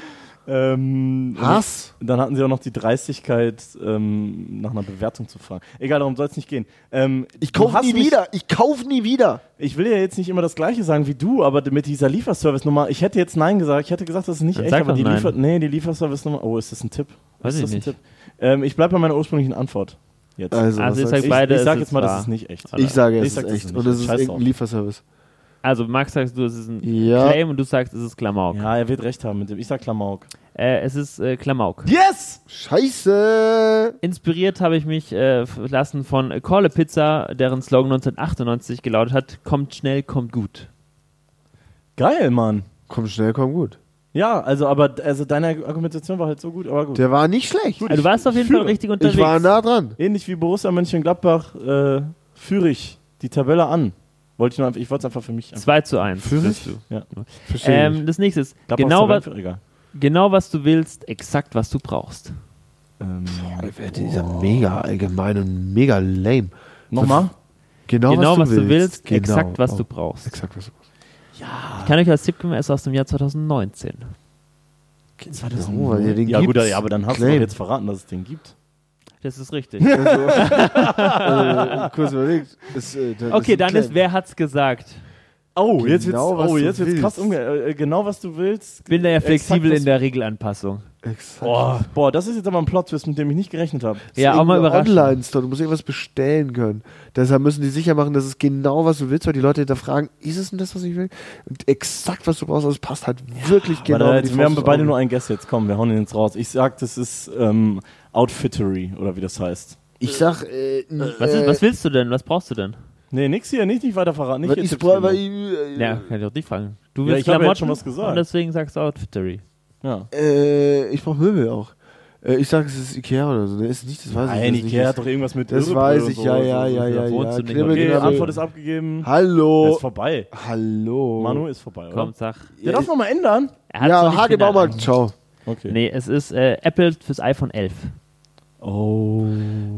Speaker 2: Ähm,
Speaker 1: Hass.
Speaker 2: Dann hatten sie auch noch die Dreistigkeit, ähm, nach einer Bewertung zu fragen. Egal, darum soll es nicht gehen. Ähm,
Speaker 1: Ich
Speaker 2: du
Speaker 1: kauf
Speaker 2: hast
Speaker 1: nie
Speaker 2: mich-
Speaker 1: wieder. Ich kauf nie wieder.
Speaker 2: Ich will ja jetzt nicht immer das Gleiche sagen wie du, aber mit dieser Lieferservice-Nummer, ich hätte jetzt Nein gesagt, ich hätte gesagt, das ist nicht
Speaker 3: Dann
Speaker 2: echt,
Speaker 3: sag
Speaker 2: aber
Speaker 3: doch
Speaker 2: die,
Speaker 3: nein.
Speaker 2: Liefer nee, die Lieferservice-Nummer, oh, ist das ein Tipp?
Speaker 3: Weiß
Speaker 2: ist
Speaker 3: ich
Speaker 2: das
Speaker 3: nicht.
Speaker 2: Ein Tipp? Ähm, ich bleibe bei meiner ursprünglichen Antwort. Jetzt.
Speaker 3: Also ich
Speaker 1: was
Speaker 3: sag
Speaker 2: ich,
Speaker 3: beide,
Speaker 2: ich sag
Speaker 3: es
Speaker 2: jetzt
Speaker 3: ist
Speaker 2: mal, das
Speaker 3: wahr.
Speaker 2: ist nicht echt.
Speaker 1: Ich sage, es
Speaker 2: halt- sag,
Speaker 1: ist
Speaker 2: das
Speaker 1: echt.
Speaker 2: nicht
Speaker 1: Und es ist
Speaker 2: Scheiß
Speaker 1: irgendein
Speaker 2: drauf.
Speaker 1: Lieferservice.
Speaker 3: Also Max sagst du, es ist ein
Speaker 1: Ja.
Speaker 3: Claim und du sagst, es ist Klamauk.
Speaker 2: Ja, er wird recht haben mit dem. Ich sag Klamauk.
Speaker 3: Äh, es ist äh, Klamauk.
Speaker 2: Yes!
Speaker 1: Scheiße.
Speaker 3: Inspiriert habe ich mich äh, lassen von Corle Pizza, deren Slogan 1998 gelautet hat: Kommt schnell, kommt gut.
Speaker 2: Geil, Mann.
Speaker 1: Komm schnell, komm gut.
Speaker 2: Ja, also, aber also deine Argumentation war halt so gut, aber gut.
Speaker 1: Der war nicht schlecht.
Speaker 3: Also, du warst auf jeden
Speaker 2: führe.
Speaker 3: Fall richtig unterwegs.
Speaker 1: Ich war nah dran.
Speaker 2: Ähnlich wie Borussia Mönchengladbach äh, führe ich die Tabelle an. Wollte ich nur einfach, ich wollte es einfach für mich.
Speaker 3: 2 zu 1.
Speaker 1: Führe
Speaker 3: bist
Speaker 1: ich?
Speaker 3: du.
Speaker 1: Verstehe
Speaker 3: Ähm, das nächste ist:
Speaker 2: Gladbach
Speaker 3: genau,
Speaker 2: ist
Speaker 3: was,
Speaker 2: Tabellen- egal.
Speaker 3: genau was du willst, exakt was du brauchst.
Speaker 1: Genau,
Speaker 2: Ähm,
Speaker 1: nicht. Dieser mega allgemein und mega lame.
Speaker 2: Nochmal?
Speaker 1: Genau,
Speaker 3: genau
Speaker 1: was du willst. Genau.
Speaker 3: exakt was
Speaker 1: Oh.
Speaker 3: du brauchst.
Speaker 1: Exakt, was du brauchst.
Speaker 3: Ich kann euch als Tipp geben, es ist aus dem Jahr 2019.
Speaker 1: Oh, weil ihr den
Speaker 2: ja, gut,
Speaker 1: gibt's.
Speaker 2: ja, aber dann hast du
Speaker 1: Claim.
Speaker 2: doch jetzt verraten, dass es den gibt.
Speaker 3: Das ist richtig.
Speaker 1: Also, äh, kurz überlegt. Ist, äh, dann ist
Speaker 3: Okay,
Speaker 1: ein
Speaker 3: dann ist,
Speaker 1: Claim.
Speaker 3: wer hat's gesagt?
Speaker 2: Oh,
Speaker 1: jetzt wird's-
Speaker 2: oh,
Speaker 1: was
Speaker 2: jetzt
Speaker 1: du
Speaker 2: wird's krass
Speaker 1: willst.
Speaker 2: umge äh, äh, Genau, was du willst.
Speaker 3: Bin da ja
Speaker 2: Exakt,
Speaker 3: flexibel
Speaker 2: was-
Speaker 3: in der Regelanpassung.
Speaker 1: Exakt.
Speaker 2: Boah, boah, das ist jetzt aber ein Plot-Twist, mit dem ich nicht gerechnet habe.
Speaker 1: Das ist
Speaker 3: Ja, auch mal
Speaker 1: irgendein
Speaker 3: überraschend.
Speaker 1: Online-Store, du musst irgendwas bestellen können. Deshalb müssen die sicher machen, dass es genau was du willst, weil die Leute da fragen, ist es denn das, was ich will? Und exakt, was du brauchst, also es passt halt wirklich genau.
Speaker 2: aber da,
Speaker 1: in die
Speaker 2: wir äh, haben
Speaker 1: Faust
Speaker 2: beide
Speaker 1: des
Speaker 2: nur
Speaker 1: Auges.
Speaker 2: einen Guess jetzt. Komm, wir hauen ihn jetzt raus. Ich sag, das ist ähm, Outfittery oder wie das heißt.
Speaker 1: Ich sag, äh,
Speaker 3: Was, ist,
Speaker 1: äh,
Speaker 3: was willst du denn? Was brauchst du denn?
Speaker 2: Nee, nix hier, nicht, nicht weiter verraten. Nicht
Speaker 1: weil
Speaker 2: hier
Speaker 1: ich
Speaker 2: Tipps
Speaker 1: bra-
Speaker 2: geben.
Speaker 1: weil ich, äh,
Speaker 3: Ja, kann ich auch dich fragen. Du
Speaker 2: Ja,
Speaker 3: willst
Speaker 2: ich habe ja
Speaker 3: Klamotten
Speaker 2: jetzt schon was gesagt.
Speaker 3: und deswegen sagst du Outfittery.
Speaker 2: ja.
Speaker 1: äh, ich brauch Möbel auch. Äh, ich sag, es ist Ikea oder so. Ne, ist nicht, das weiß ich
Speaker 2: Nein,
Speaker 1: nicht.
Speaker 2: Ikea
Speaker 1: das
Speaker 2: hat doch irgendwas mit
Speaker 1: Das
Speaker 2: Irrebrille
Speaker 1: weiß
Speaker 2: und
Speaker 1: ich,
Speaker 2: so,
Speaker 1: ja,
Speaker 2: also so,
Speaker 1: ja,
Speaker 2: so.
Speaker 1: ja, ja,
Speaker 3: da wohnst
Speaker 1: ja.
Speaker 3: du nicht.
Speaker 1: Kribbel,
Speaker 3: Okay,
Speaker 2: Okay,
Speaker 1: Krabbel.
Speaker 2: Antwort ist abgegeben. Das
Speaker 1: Hallo.
Speaker 2: ist vorbei.
Speaker 1: Hallo.
Speaker 2: Manu ist vorbei, oder?
Speaker 3: Komm, sag.
Speaker 2: Der
Speaker 1: äh,
Speaker 2: darf nochmal ändern.
Speaker 3: Er hat's noch
Speaker 1: ja,
Speaker 3: nicht
Speaker 1: Hage
Speaker 3: final
Speaker 1: Baumarkt, ciao.
Speaker 2: Okay.
Speaker 3: Nee, es ist äh, Apple fürs iPhone 11.
Speaker 2: Oh.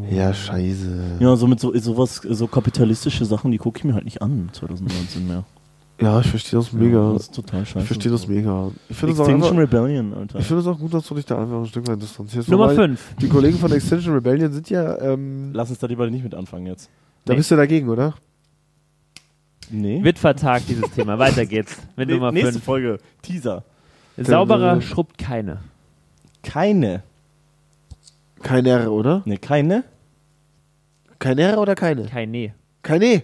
Speaker 1: Ja, scheiße.
Speaker 2: Ja, so mit so, sowas, so kapitalistische Sachen, die gucke ich mir halt nicht an 2019 mehr.
Speaker 1: Ja, ich verstehe das mega.
Speaker 2: Ja, Das ist total scheiße.
Speaker 1: Ich verstehe das mega. Ich finde es auch,
Speaker 2: Extinction
Speaker 1: einfach-
Speaker 2: Rebellion, Alter.
Speaker 1: ich finde es auch gut, dass du dich da einfach ein Stück weit distanzierst.
Speaker 3: Nummer
Speaker 1: Wobei,
Speaker 3: 5.
Speaker 1: Die Kollegen von Extinction Rebellion sind ja. Ähm,
Speaker 2: Lass uns da lieber nicht mit anfangen jetzt.
Speaker 1: da
Speaker 3: Nee.
Speaker 1: bist du dagegen, oder?
Speaker 2: Nee.
Speaker 3: Wird vertagt, dieses Thema. Weiter geht's mit
Speaker 2: Nee,
Speaker 3: Nummer
Speaker 2: nächste
Speaker 3: 5.
Speaker 2: Folge. Teaser.
Speaker 1: Also-
Speaker 3: Sauberer schrubbt keine.
Speaker 2: Keine.
Speaker 1: Kein R, oder?
Speaker 2: Nee, keine.
Speaker 1: Keine oder keine?
Speaker 3: Kein Nee.
Speaker 1: Keine.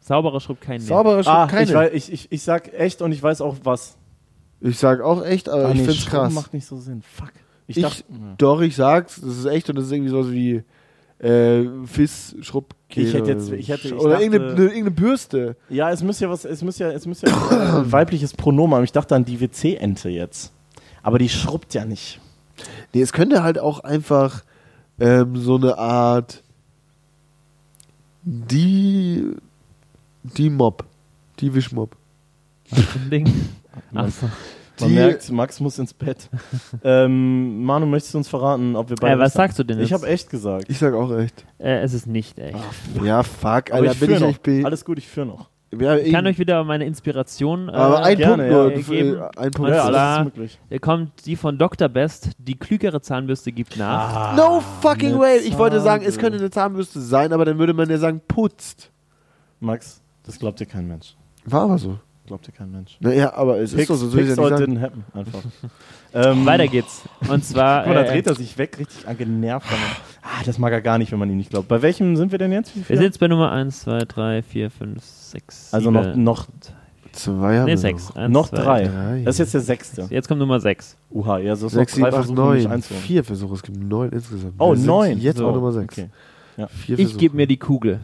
Speaker 3: Sauberer schreibt kein Nee.
Speaker 1: Saubere schon
Speaker 2: Ah,
Speaker 1: keine.
Speaker 2: ich, weiß, ich, ich, ich sag echt und ich weiß auch was.
Speaker 1: Ich sag auch echt, aber
Speaker 2: Ah,
Speaker 1: ich
Speaker 2: nee,
Speaker 1: find's
Speaker 2: Schrubben
Speaker 1: krass.
Speaker 2: macht nicht so Sinn. Fuck. Ich,
Speaker 1: Ich-
Speaker 2: dachte, ja.
Speaker 1: Doch, ich sag's, das ist echt und das ist irgendwie sowas wie äh, Fiss, Schrupp,
Speaker 2: Ich hätte
Speaker 1: oder
Speaker 2: jetzt-
Speaker 1: so.
Speaker 2: ich hätte- ich
Speaker 1: oder
Speaker 2: dachte-
Speaker 1: irgendeine, eine, irgendeine Bürste.
Speaker 2: ja, es muss ja was, es muss ja, es muss ja ein weibliches Pronomen haben. Ich dachte an die WC-Ente jetzt. Aber die schrubbt ja nicht.
Speaker 1: Nee, es könnte halt auch einfach ähm, so eine Art die die Mob, die Wischmob.
Speaker 3: Ein Ding. Ach so.
Speaker 2: Man
Speaker 1: Die-
Speaker 2: merkt, Max muss ins Bett. ähm, Manu, möchtest du uns verraten, ob wir beide.
Speaker 3: Äh, was sagst du denn
Speaker 2: Ich
Speaker 3: jetzt?
Speaker 2: habe echt gesagt.
Speaker 1: Ich sag auch echt.
Speaker 3: Äh, es ist nicht echt.
Speaker 1: Ja, fuck,
Speaker 2: Aber
Speaker 1: Alter, bin
Speaker 2: ich führe
Speaker 1: ich
Speaker 2: noch.
Speaker 1: echt be-
Speaker 2: Alles gut, ich führe noch.
Speaker 1: ja,
Speaker 3: Ich kann
Speaker 1: eben.
Speaker 3: euch wieder meine Inspiration. äh,
Speaker 1: aber ein
Speaker 2: gerne, ja,
Speaker 1: Punkt nur,
Speaker 3: geben.
Speaker 1: äh, ein Punkt.
Speaker 3: Ja,
Speaker 2: das
Speaker 3: klar.
Speaker 2: ist möglich.
Speaker 3: Hier kommt die von Dr. Best. Die klügere Zahnbürste gibt nach.
Speaker 1: No fucking
Speaker 2: eine
Speaker 1: way. Ich wollte sagen, es
Speaker 2: Zahnbürste.
Speaker 1: könnte eine Zahnbürste sein, aber dann würde man ja sagen, putzt.
Speaker 2: Max, das glaubt dir kein Mensch.
Speaker 1: War aber so.
Speaker 2: Glaubt dir kein Mensch.
Speaker 1: Naja, aber es ist doch so, soll ich ja nicht
Speaker 2: or
Speaker 1: sagen.
Speaker 2: didn't happen, einfach. ähm,
Speaker 3: Weiter geht's. Und zwar.
Speaker 2: Guck mal, da
Speaker 3: äh,
Speaker 2: dreht er sich weg, richtig äh, genervt. aber- Ah, das mag er gar nicht, wenn man ihm nicht glaubt. Bei welchem sind wir denn jetzt? Wie
Speaker 3: wir
Speaker 2: viele?
Speaker 3: sind jetzt bei Nummer 1, 2, 3, 4, 5, 6.
Speaker 2: also noch, noch,
Speaker 1: Zwei haben
Speaker 3: Nee,
Speaker 1: wir
Speaker 3: 6.
Speaker 2: noch drei.
Speaker 1: also Drei.
Speaker 2: Das ist jetzt der sechste.
Speaker 3: Jetzt kommt Nummer 6.
Speaker 2: Uha, ja, so ist noch
Speaker 1: Sechs,
Speaker 2: drei
Speaker 1: sieben, acht,
Speaker 2: Versuche, um mich
Speaker 1: neun.
Speaker 2: einzuholen.
Speaker 1: Vier Versuche, es gibt neun insgesamt.
Speaker 2: Oh,
Speaker 1: Wir sind
Speaker 2: neun.
Speaker 1: Jetzt
Speaker 2: So,
Speaker 1: auch Nummer sechs.
Speaker 2: okay.
Speaker 1: Vier
Speaker 3: Ich gebe mir die Kugel.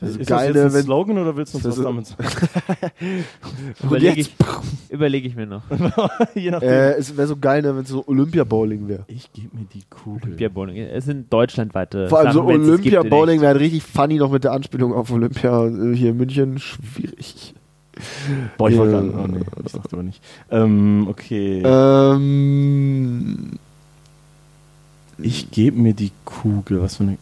Speaker 1: Also
Speaker 2: ist
Speaker 1: geile,
Speaker 2: das jetzt ein
Speaker 1: wenn-
Speaker 2: Slogan oder willst du uns
Speaker 1: Das
Speaker 2: was
Speaker 1: ist-
Speaker 2: damit sagen?
Speaker 3: Überlege ich, überleg ich mir noch.
Speaker 2: Je nachdem.
Speaker 1: Äh, es wäre so geil, ne, wenn es so Olympia-Bowling wäre.
Speaker 2: ich gebe mir die Kugel.
Speaker 3: Olympia Bowling. Es sind deutschlandweite.
Speaker 1: Vor allem so
Speaker 3: Sachen, wenn's es gibt in echt.
Speaker 1: Olympia-Bowling wäre halt richtig funny noch mit der Anspielung auf Olympia äh, hier in München. Schwierig.
Speaker 2: Boah, ich wollte
Speaker 1: Ja. Äh,
Speaker 2: gerade. Oh, nee, ich dachte aber nicht. Ähm, okay.
Speaker 1: Ähm,
Speaker 2: Ich gebe mir die Kugel. Was für eine.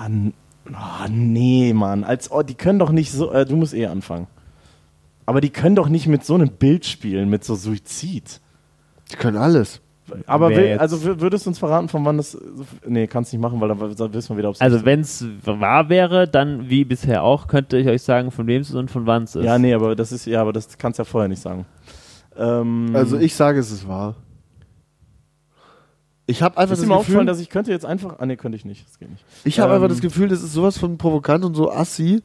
Speaker 2: Ah, n- ah, nee, Mann. Als, oh, die können doch nicht so. Äh, du musst eh anfangen. Aber die können doch nicht mit so einem Bild spielen, mit so Suizid.
Speaker 1: die können alles.
Speaker 2: Aber
Speaker 3: Wer
Speaker 2: will,
Speaker 3: jetzt?
Speaker 2: also wür- würdest du uns verraten, von wann das. Nee, kannst nicht machen, weil dann w- dann wissen wir wieder, ob es.
Speaker 3: Also, wenn es wahr wäre, dann wie bisher auch, könnte ich euch sagen, von wem es ist und von wann es ist.
Speaker 2: ja, nee, aber das ist. Ja, aber das kannst du ja vorher nicht sagen. Ähm,
Speaker 1: Also ich sage, es ist wahr. Ich habe einfach
Speaker 2: Ist
Speaker 1: das
Speaker 2: mir mal
Speaker 1: Gefühl,
Speaker 2: aufgefallen, dass ich könnte jetzt einfach. Ah, nee, könnte ich nicht. Das geht nicht.
Speaker 1: ich habe
Speaker 2: ähm,
Speaker 1: einfach das Gefühl, das ist sowas von provokant und so assi.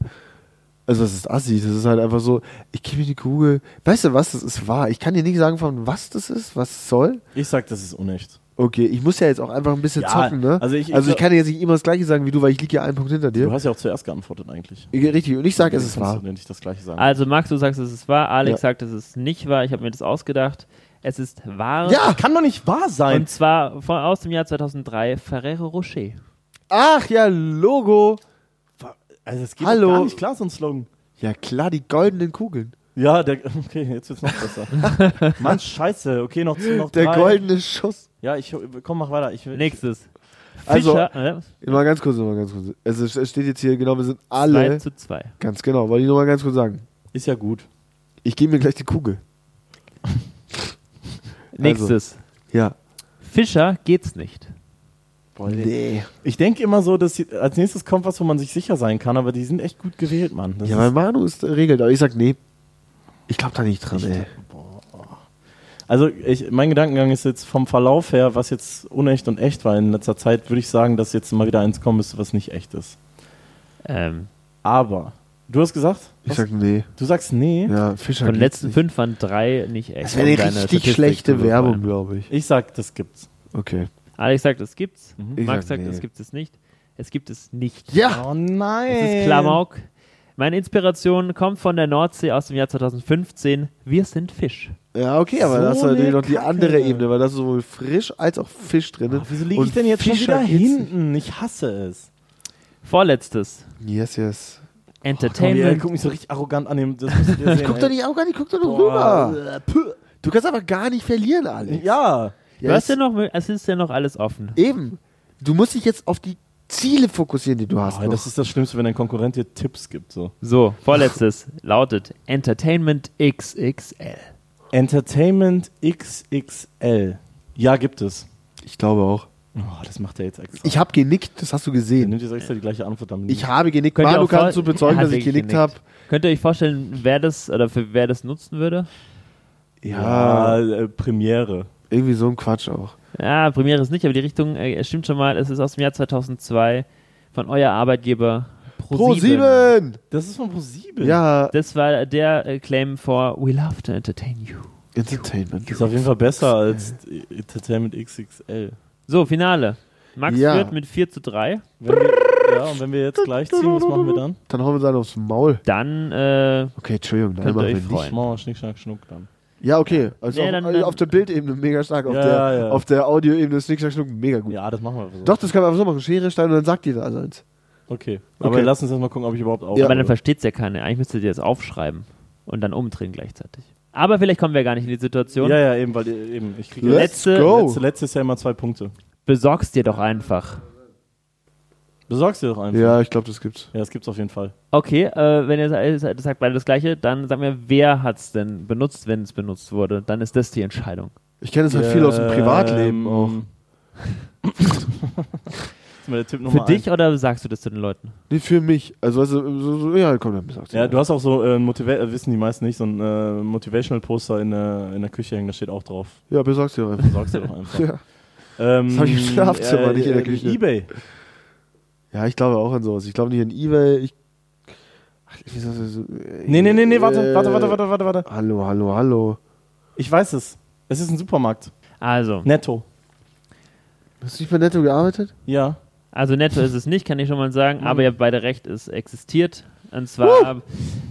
Speaker 1: Also das ist assi, das ist halt einfach so, ich gebe mir die Kugel. Weißt du was, das ist wahr. Ich kann dir nicht sagen, von was das ist, was es soll.
Speaker 2: Ich sag, das ist unecht.
Speaker 1: Okay, ich muss ja jetzt auch einfach ein bisschen
Speaker 2: Ja,
Speaker 1: zocken, ne?
Speaker 2: also ich- ich glaub-
Speaker 1: kann dir jetzt nicht immer das gleiche sagen wie du, weil ich liege ja einen Punkt hinter
Speaker 2: Du
Speaker 1: dir.
Speaker 2: hast ja auch zuerst geantwortet, eigentlich.
Speaker 1: Richtig, und ich sage, es ist
Speaker 2: Kannst
Speaker 1: wahr.
Speaker 2: du nicht das gleiche sagen.
Speaker 3: Also, Max, du sagst, es ist wahr. Alex
Speaker 1: Ja.
Speaker 3: sagt, es ist nicht wahr. Ich habe mir das ausgedacht. Es ist wahr.
Speaker 1: Ja,
Speaker 2: Kann doch nicht wahr sein.
Speaker 3: Und zwar von, aus dem Jahr 2003, Ferrero Rocher.
Speaker 1: ach ja, Logo.
Speaker 2: Also es geht
Speaker 1: Hallo.
Speaker 2: doch gar nicht klar, so ein Slogan.
Speaker 1: Ja klar, die goldenen Kugeln.
Speaker 2: Ja, der, okay, jetzt wird's noch besser. Mann, scheiße. Okay, noch, noch
Speaker 1: Der
Speaker 2: drei.
Speaker 1: goldene Schuss.
Speaker 2: Ja, ich, komm, mach weiter. Ich, will-
Speaker 3: Nächstes.
Speaker 1: Also-
Speaker 3: Fischer, äh,
Speaker 1: Mal ganz kurz, mal ganz kurz. Es, ist- es steht jetzt hier, genau, wir sind
Speaker 3: 2
Speaker 1: alle.
Speaker 3: zu 2.
Speaker 1: Ganz genau, wollte ich nur mal ganz kurz sagen.
Speaker 2: Ist ja gut.
Speaker 1: Ich gebe mir gleich die Kugel. Also.
Speaker 3: Nächstes.
Speaker 1: Ja.
Speaker 3: Fischer geht's nicht.
Speaker 1: Nee.
Speaker 2: Ich denke immer so, dass die- als nächstes kommt was, wo man sich sicher sein kann, aber die sind echt gut gewählt, Mann. Das
Speaker 1: Ja, weil
Speaker 2: ist,
Speaker 1: Manu ist regelt, aber ich sag nee. Ich glaube da nicht dran, ey.
Speaker 2: also ich, mein Gedankengang ist jetzt vom Verlauf her, was jetzt unecht und echt war in letzter Zeit, würde ich sagen, dass jetzt mal wieder eins kommen müsste, was nicht echt ist.
Speaker 3: Ähm,
Speaker 2: Aber, du hast gesagt?
Speaker 1: Ich sag nee.
Speaker 2: du sagst nee.
Speaker 1: Ja, Fischer.
Speaker 3: von den
Speaker 1: geht's
Speaker 3: letzten
Speaker 1: nicht.
Speaker 3: fünf waren drei nicht echt.
Speaker 1: Das wäre eine
Speaker 3: um deine
Speaker 1: richtig
Speaker 3: Statistik zu
Speaker 1: schlechte
Speaker 3: befreien.
Speaker 1: Werbung, glaube ich.
Speaker 2: Ich sag, das gibt's.
Speaker 1: Okay.
Speaker 3: Alex sagt, es gibt's.
Speaker 1: Mhm. Ich
Speaker 3: Max
Speaker 1: sag
Speaker 3: sagt,
Speaker 1: nee.
Speaker 3: es gibt es nicht. Es gibt es nicht.
Speaker 1: Ja!
Speaker 2: Oh nein.
Speaker 3: Es ist Klamauk. Meine Inspiration kommt von der Nordsee aus dem Jahr 2015. Wir sind Fisch.
Speaker 1: Ja, okay, aber
Speaker 2: So
Speaker 1: das ist
Speaker 2: eine
Speaker 1: natürlich noch die
Speaker 2: Kacke.
Speaker 1: andere Ebene, weil das ist sowohl frisch als auch Fisch drin.
Speaker 2: Ach, wieso liege ich denn jetzt schon wieder hinten? Ich hasse es.
Speaker 3: Vorletztes.
Speaker 1: Yes, yes.
Speaker 2: er
Speaker 3: Entertainment.
Speaker 1: Oh,
Speaker 2: guckt mich so richtig arrogant an. dem- Das müsst ihr sehen,
Speaker 1: Guck
Speaker 2: ey.
Speaker 1: doch nicht auch gar nicht, guck doch nur
Speaker 2: Boah.
Speaker 1: rüber. Du kannst einfach gar nicht verlieren, Alex.
Speaker 2: Ja.
Speaker 3: du hast ja noch, mö- es ist ja noch alles offen.
Speaker 1: Eben. Du musst dich jetzt auf die Ziele fokussieren, die du hast.
Speaker 2: Oh,
Speaker 1: noch.
Speaker 2: das ist das Schlimmste, wenn dein Konkurrent dir Tipps gibt. So.
Speaker 3: So, vorletztes lautet Entertainment XXL.
Speaker 2: Entertainment XXL. Ja, gibt es.
Speaker 1: ich glaube auch.
Speaker 2: Oh, das macht er jetzt extra.
Speaker 1: Ich habe genickt, das hast du
Speaker 2: er
Speaker 1: gesehen.
Speaker 2: nimmt jetzt extra die gleiche Antwort am
Speaker 1: Ich habe genickt.
Speaker 3: Könnt ihr
Speaker 1: Manu
Speaker 3: auch voll-
Speaker 1: kannst du bezeugen,
Speaker 3: Er hat
Speaker 1: dass ich
Speaker 3: wirklich
Speaker 1: genickt habe.
Speaker 3: genickt. Könnt ihr euch vorstellen, wer das oder für wer das nutzen würde?
Speaker 2: Ja, äh, Premiere.
Speaker 1: Irgendwie so ein Quatsch auch.
Speaker 3: Ja, Premiere ist nicht, aber die Richtung äh, es stimmt schon mal. Es ist aus dem Jahr 2002 von euer Arbeitgeber ProSieben.
Speaker 1: ProSieben!
Speaker 2: Das ist von ProSieben.
Speaker 1: Ja,
Speaker 3: Das war der äh, Claim for We love to entertain you.
Speaker 1: Entertainment.
Speaker 2: Ist auf jeden Fall besser als Entertainment XXL.
Speaker 3: So, Finale. Max
Speaker 1: Ja.
Speaker 3: führt mit 4 zu 3.
Speaker 2: Wenn wir, ja, und wenn wir jetzt gleich ziehen, was machen wir dann?
Speaker 1: Dann hauen wir uns alle aufs Maul.
Speaker 3: Dann, äh,
Speaker 1: Okay, Entschuldigung, nein,
Speaker 3: Könnt ihr
Speaker 1: machen wir
Speaker 3: euch
Speaker 1: nicht.
Speaker 3: freuen.
Speaker 2: Machen wir Schnick, Schnack, Schnuck dann.
Speaker 1: Ja, okay. Also
Speaker 3: Nee,
Speaker 1: auf,
Speaker 3: dann-
Speaker 1: äh,
Speaker 3: dann-
Speaker 1: auf der Bildebene mega stark, auf
Speaker 2: Ja,
Speaker 1: der,
Speaker 2: ja, ja.
Speaker 1: auf der Audioebene ist Schnick, Schnuck mega gut.
Speaker 2: Ja, das machen wir so.
Speaker 1: Doch, das kann man einfach so machen. Schere, Stein und dann sagt jeder also eins.
Speaker 2: Okay. Aber
Speaker 1: Okay.
Speaker 2: lass uns erstmal gucken, ob ich überhaupt auf.
Speaker 1: Ja.
Speaker 3: aber dann versteht es ja keiner. Eigentlich müsstet ihr das aufschreiben und dann umdrehen gleichzeitig. Aber vielleicht kommen wir gar nicht in die Situation.
Speaker 2: ja, ja, eben, weil äh, eben. Ich kriege
Speaker 1: Let's
Speaker 3: Letzte-
Speaker 1: go!
Speaker 2: letzte, letztes Jahr immer zwei Punkte.
Speaker 3: Besorgst dir doch einfach.
Speaker 2: Besorgst dir doch einfach.
Speaker 1: Ja, ich glaube, das gibt's.
Speaker 2: Ja, das gibt's auf jeden Fall.
Speaker 3: Okay, äh, wenn ihr sagt, sagt beide das Gleiche, dann sag mir, wer hat's denn benutzt, wenn es benutzt wurde? Dann ist das die Entscheidung.
Speaker 1: Ich kenne das halt viel aus dem Privatleben
Speaker 2: Ähm,
Speaker 1: auch.
Speaker 2: das ist mal der Tipp Nummer
Speaker 3: Für
Speaker 2: eins.
Speaker 3: dich oder sagst du das zu den Leuten?
Speaker 1: Nee, für mich. Also, weißt du, so, so, ja, komm, dann sag's.
Speaker 2: Ja, du hast auch so, äh, Motiva äh, wissen die meisten nicht, so ein äh, Motivational-Poster in, äh, in der Küche hängen, da steht auch drauf.
Speaker 1: Ja, besorgst dir einfach.
Speaker 2: Besorgst dir doch einfach.
Speaker 1: Ja.
Speaker 2: Ähm,
Speaker 1: Das hab ich im Schlafzimmer, nicht in der
Speaker 2: äh,
Speaker 1: Küche.
Speaker 2: Ebay.
Speaker 1: ja, ich glaube auch an sowas. Ich glaube nicht an Ebay. Ich. Ach, ich weiß, also,
Speaker 2: Nee, nee, nee, nee, warte,
Speaker 1: Äh.
Speaker 2: warte, warte, warte, warte, warte.
Speaker 1: Hallo, hallo, hallo.
Speaker 2: Ich weiß es. Es ist ein Supermarkt.
Speaker 3: Also,
Speaker 2: Netto.
Speaker 1: Hast du nicht bei Netto gearbeitet?
Speaker 2: Ja.
Speaker 3: also netto ist es nicht, kann ich schon mal sagen, aber ihr habt beide recht, es existiert. Und zwar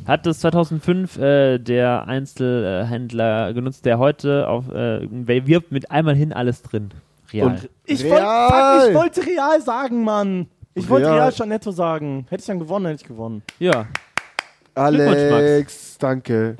Speaker 3: hat es 2005 äh, der Einzelhändler genutzt, der heute auf, äh, wirbt mit einmal hin alles drin. Real.
Speaker 1: Und-
Speaker 2: Ich,
Speaker 1: Real.
Speaker 2: wollt- fuck, ich wollte real sagen, Mann. Ich wollte
Speaker 1: Real.
Speaker 2: real statt netto sagen. Hätte ich dann gewonnen, hätte ich gewonnen.
Speaker 3: ja.
Speaker 1: Alex, danke.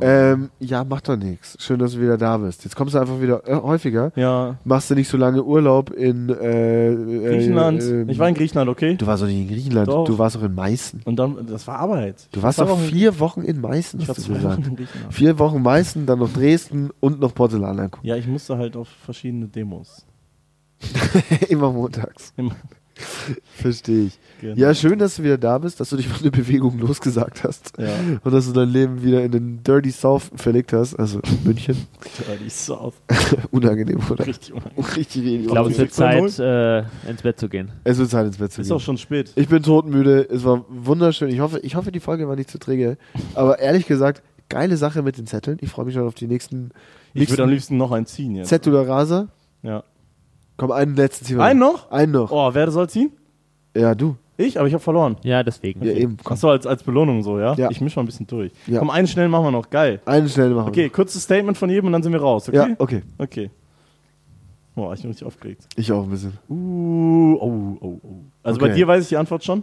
Speaker 1: Ähm, ja, macht doch nichts. Schön, dass du wieder da bist. Jetzt kommst du einfach wieder äh, häufiger.
Speaker 2: Ja.
Speaker 1: Machst du nicht so lange Urlaub in äh, äh,
Speaker 2: Griechenland.
Speaker 1: ähm,
Speaker 2: ich war in Griechenland, okay?
Speaker 1: Du warst doch nicht in Griechenland,
Speaker 2: Doch.
Speaker 1: du warst doch in Meißen.
Speaker 2: Und dann, das war Arbeit.
Speaker 1: Du warst
Speaker 2: Ich war
Speaker 1: doch
Speaker 2: auch in-
Speaker 1: vier Wochen in Meißen,
Speaker 2: Ich war
Speaker 1: hast du
Speaker 2: zwei
Speaker 1: gesagt.
Speaker 2: Wochen in Griechenland.
Speaker 1: Vier Wochen Meißen, dann noch Dresden und noch Porzellan angucken.
Speaker 2: Ja, ich musste halt auf verschiedene Demos.
Speaker 1: Immer montags.
Speaker 2: Immer.
Speaker 1: Verstehe ich.
Speaker 2: Genau.
Speaker 1: Ja, schön, dass du wieder da bist, dass du dich von der Bewegung losgesagt hast
Speaker 2: Ja,
Speaker 1: und dass du dein Leben wieder in den Dirty South verlegt hast, also München.
Speaker 2: Dirty South.
Speaker 1: Unangenehm, oder?
Speaker 2: Richtig unangenehm.
Speaker 1: Richtig
Speaker 3: Ich glaube, es wird Zeit,
Speaker 2: 6:0.
Speaker 3: äh, ins Bett zu gehen.
Speaker 1: Es wird Zeit, ins Bett zu
Speaker 2: Ist auch
Speaker 1: gehen.
Speaker 2: schon spät.
Speaker 1: Ich bin todmüde, es war wunderschön. Ich hoffe, ich hoffe, die Folge war nicht zu träge. Aber ehrlich gesagt, geile Sache mit den Zetteln. Ich freue mich schon auf die nächsten
Speaker 2: Ich würde
Speaker 1: Nächsten-
Speaker 2: am liebsten noch einen ziehen jetzt.
Speaker 1: Zettel oder Raser.
Speaker 2: Ja.
Speaker 1: Komm, einen letzten ziehen wir
Speaker 2: Einen noch?
Speaker 1: Einen noch.
Speaker 2: Oh, wer soll ziehen?
Speaker 1: Ja, du.
Speaker 2: Ich, aber ich habe verloren.
Speaker 3: Ja, deswegen.
Speaker 1: Ja, eben. Komm.
Speaker 2: Achso, als, als Belohnung so, ja?
Speaker 1: Ja.
Speaker 2: Ich mische mal ein bisschen durch.
Speaker 1: Ja.
Speaker 2: Komm, einen schnell machen wir noch. Geil.
Speaker 1: Einen schnell machen.
Speaker 2: Okay, kurzes Statement von jedem und dann sind wir raus, okay?
Speaker 1: Ja, okay.
Speaker 2: Okay. Boah, ich bin richtig aufgeregt.
Speaker 1: Ich auch ein bisschen.
Speaker 2: Uh, oh, oh, oh. Also
Speaker 1: Okay.
Speaker 2: bei dir weiß ich die Antwort schon.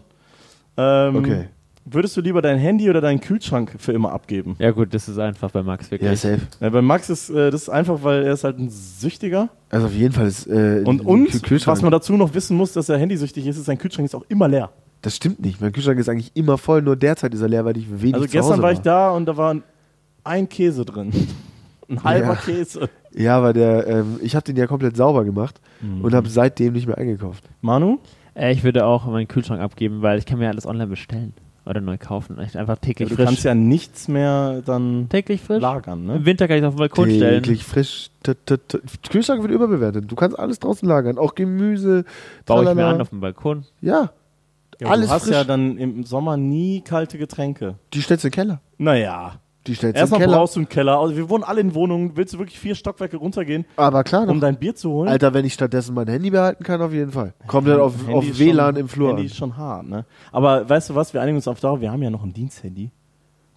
Speaker 2: Ähm,
Speaker 1: Okay.
Speaker 2: Würdest du lieber dein Handy oder deinen Kühlschrank für immer abgeben?
Speaker 3: Ja, gut, das ist einfach bei Max wirklich.
Speaker 1: Ja, safe.
Speaker 2: Ja, bei Max ist äh, das ist einfach, weil er ist halt ein Süchtiger.
Speaker 1: Also auf jeden Fall ist äh,
Speaker 2: Und,
Speaker 1: ein
Speaker 2: und
Speaker 1: Kühl- Kühlschrank.
Speaker 2: was man dazu noch wissen muss, dass er handysüchtig ist, ist sein Kühlschrank ist auch immer leer.
Speaker 1: das stimmt nicht. Mein Kühlschrank ist eigentlich immer voll, nur derzeit ist er leer, weil ich wenig
Speaker 2: also
Speaker 1: zu
Speaker 2: gestern
Speaker 1: Hause
Speaker 2: war ich da und da war ein Käse drin. Ein halber
Speaker 1: Ja.
Speaker 2: Käse.
Speaker 1: Ja, weil der, ähm, ich habe den ja komplett sauber gemacht und
Speaker 2: Mhm.
Speaker 1: habe seitdem nicht mehr eingekauft.
Speaker 2: Manu?
Speaker 3: Äh, ich würde auch meinen Kühlschrank abgeben, weil ich kann mir alles online bestellen oder neu kaufen. Echt einfach täglich
Speaker 2: du
Speaker 3: frisch.
Speaker 2: kannst ja nichts mehr dann
Speaker 3: täglich frisch.
Speaker 2: lagern,
Speaker 3: Im
Speaker 2: ne?
Speaker 3: Winter kann ich es auf den Balkon stellen.
Speaker 1: Täglich frisch. T -t -t Kühlschrank wird überbewertet. Du kannst alles draußen lagern, auch Gemüse.
Speaker 3: Baue ich mir
Speaker 1: tralala.
Speaker 3: an auf dem Balkon.
Speaker 1: Ja,
Speaker 2: Ja,
Speaker 1: Alles
Speaker 2: du hast
Speaker 1: frisch.
Speaker 2: ja dann im Sommer nie kalte Getränke.
Speaker 1: die stellst du in den Keller.
Speaker 2: Naja.
Speaker 1: Die stellst du in den
Speaker 2: Erstmal
Speaker 1: Keller.
Speaker 2: brauchst du einen Keller. Also wir wohnen alle in Wohnungen. Willst du wirklich vier Stockwerke runtergehen,
Speaker 1: Aber klar,
Speaker 2: um
Speaker 1: noch.
Speaker 2: dein Bier zu holen?
Speaker 1: Alter, wenn ich stattdessen mein Handy behalten kann, auf jeden Fall. Kommt dann auf,
Speaker 2: Handy
Speaker 1: auf
Speaker 2: ist
Speaker 1: WLAN
Speaker 2: schon,
Speaker 1: im Flur.
Speaker 2: Handy
Speaker 1: an.
Speaker 2: ist schon hart, ne? Aber weißt du was? Wir einigen uns auf Dauer. Wir haben ja noch ein Diensthandy.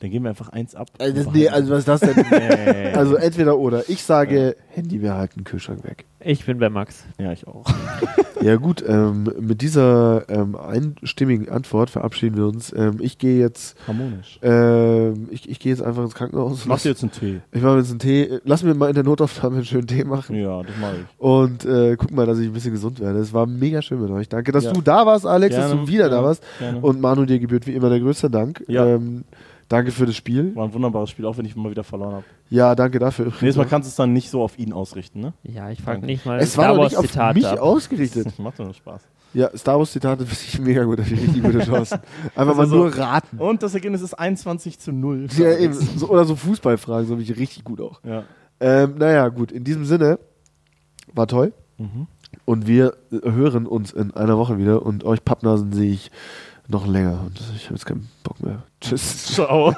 Speaker 2: Dann geben wir einfach eins ab.
Speaker 1: Äh, das, nee, also was ist das denn?
Speaker 2: Nee.
Speaker 1: also entweder oder. Ich sage, Handy behalten, Kühlschrank weg.
Speaker 3: Ich bin bei Max.
Speaker 2: ja, ich auch.
Speaker 1: Ja gut, ähm, mit dieser ähm, einstimmigen Antwort verabschieden wir uns. Ähm, ich gehe jetzt,
Speaker 2: Harmonisch.
Speaker 1: ähm, ich, ich gehe jetzt einfach ins Krankenhaus.
Speaker 2: Machst du jetzt einen Tee?
Speaker 1: Ich mache mir jetzt einen Tee. Lass mir mal in der Notaufnahme einen schönen Tee machen.
Speaker 2: Ja, das mache ich.
Speaker 1: Und äh, guck mal, dass ich ein bisschen gesund werde. Es war mega schön mit euch. Danke, dass
Speaker 2: Ja.
Speaker 1: du da warst, Alex, dass
Speaker 2: Gerne,
Speaker 1: du wieder da
Speaker 2: gerne,
Speaker 1: warst.
Speaker 2: gerne.
Speaker 1: Und Manu, dir gebührt wie immer der größte Dank.
Speaker 2: Ja.
Speaker 1: Ähm, danke für das Spiel.
Speaker 2: War ein wunderbares Spiel, auch wenn ich mal wieder verloren habe.
Speaker 1: Ja, danke dafür.
Speaker 2: Nächstes Mal kannst du es dann nicht so auf ihn ausrichten, ne?
Speaker 3: Ja, ich frage
Speaker 2: Danke.
Speaker 3: nicht mal
Speaker 1: es
Speaker 3: Star
Speaker 1: war doch
Speaker 3: Wars
Speaker 1: nicht auf
Speaker 3: Zitate
Speaker 1: mich
Speaker 3: ab.
Speaker 1: ausgerichtet.
Speaker 2: Das macht doch nur Spaß.
Speaker 1: Ja, Star Wars Zitate finde ich mega gut. Da finde ich gute Chancen. Einfach mal
Speaker 2: Also so-
Speaker 1: nur raten.
Speaker 2: Und das Ergebnis ist 21 zu 0.
Speaker 1: Ja, eben. So, oder so Fußballfragen, so bin ich richtig gut auch.
Speaker 2: Ja.
Speaker 1: Ähm, naja, gut. In diesem Sinne, War toll.
Speaker 2: Mhm.
Speaker 1: Und wir hören uns in einer Woche wieder und euch Pappnasen sehe ich noch länger. Und ich habe jetzt keinen Bock mehr. Tschüss.
Speaker 2: Ciao.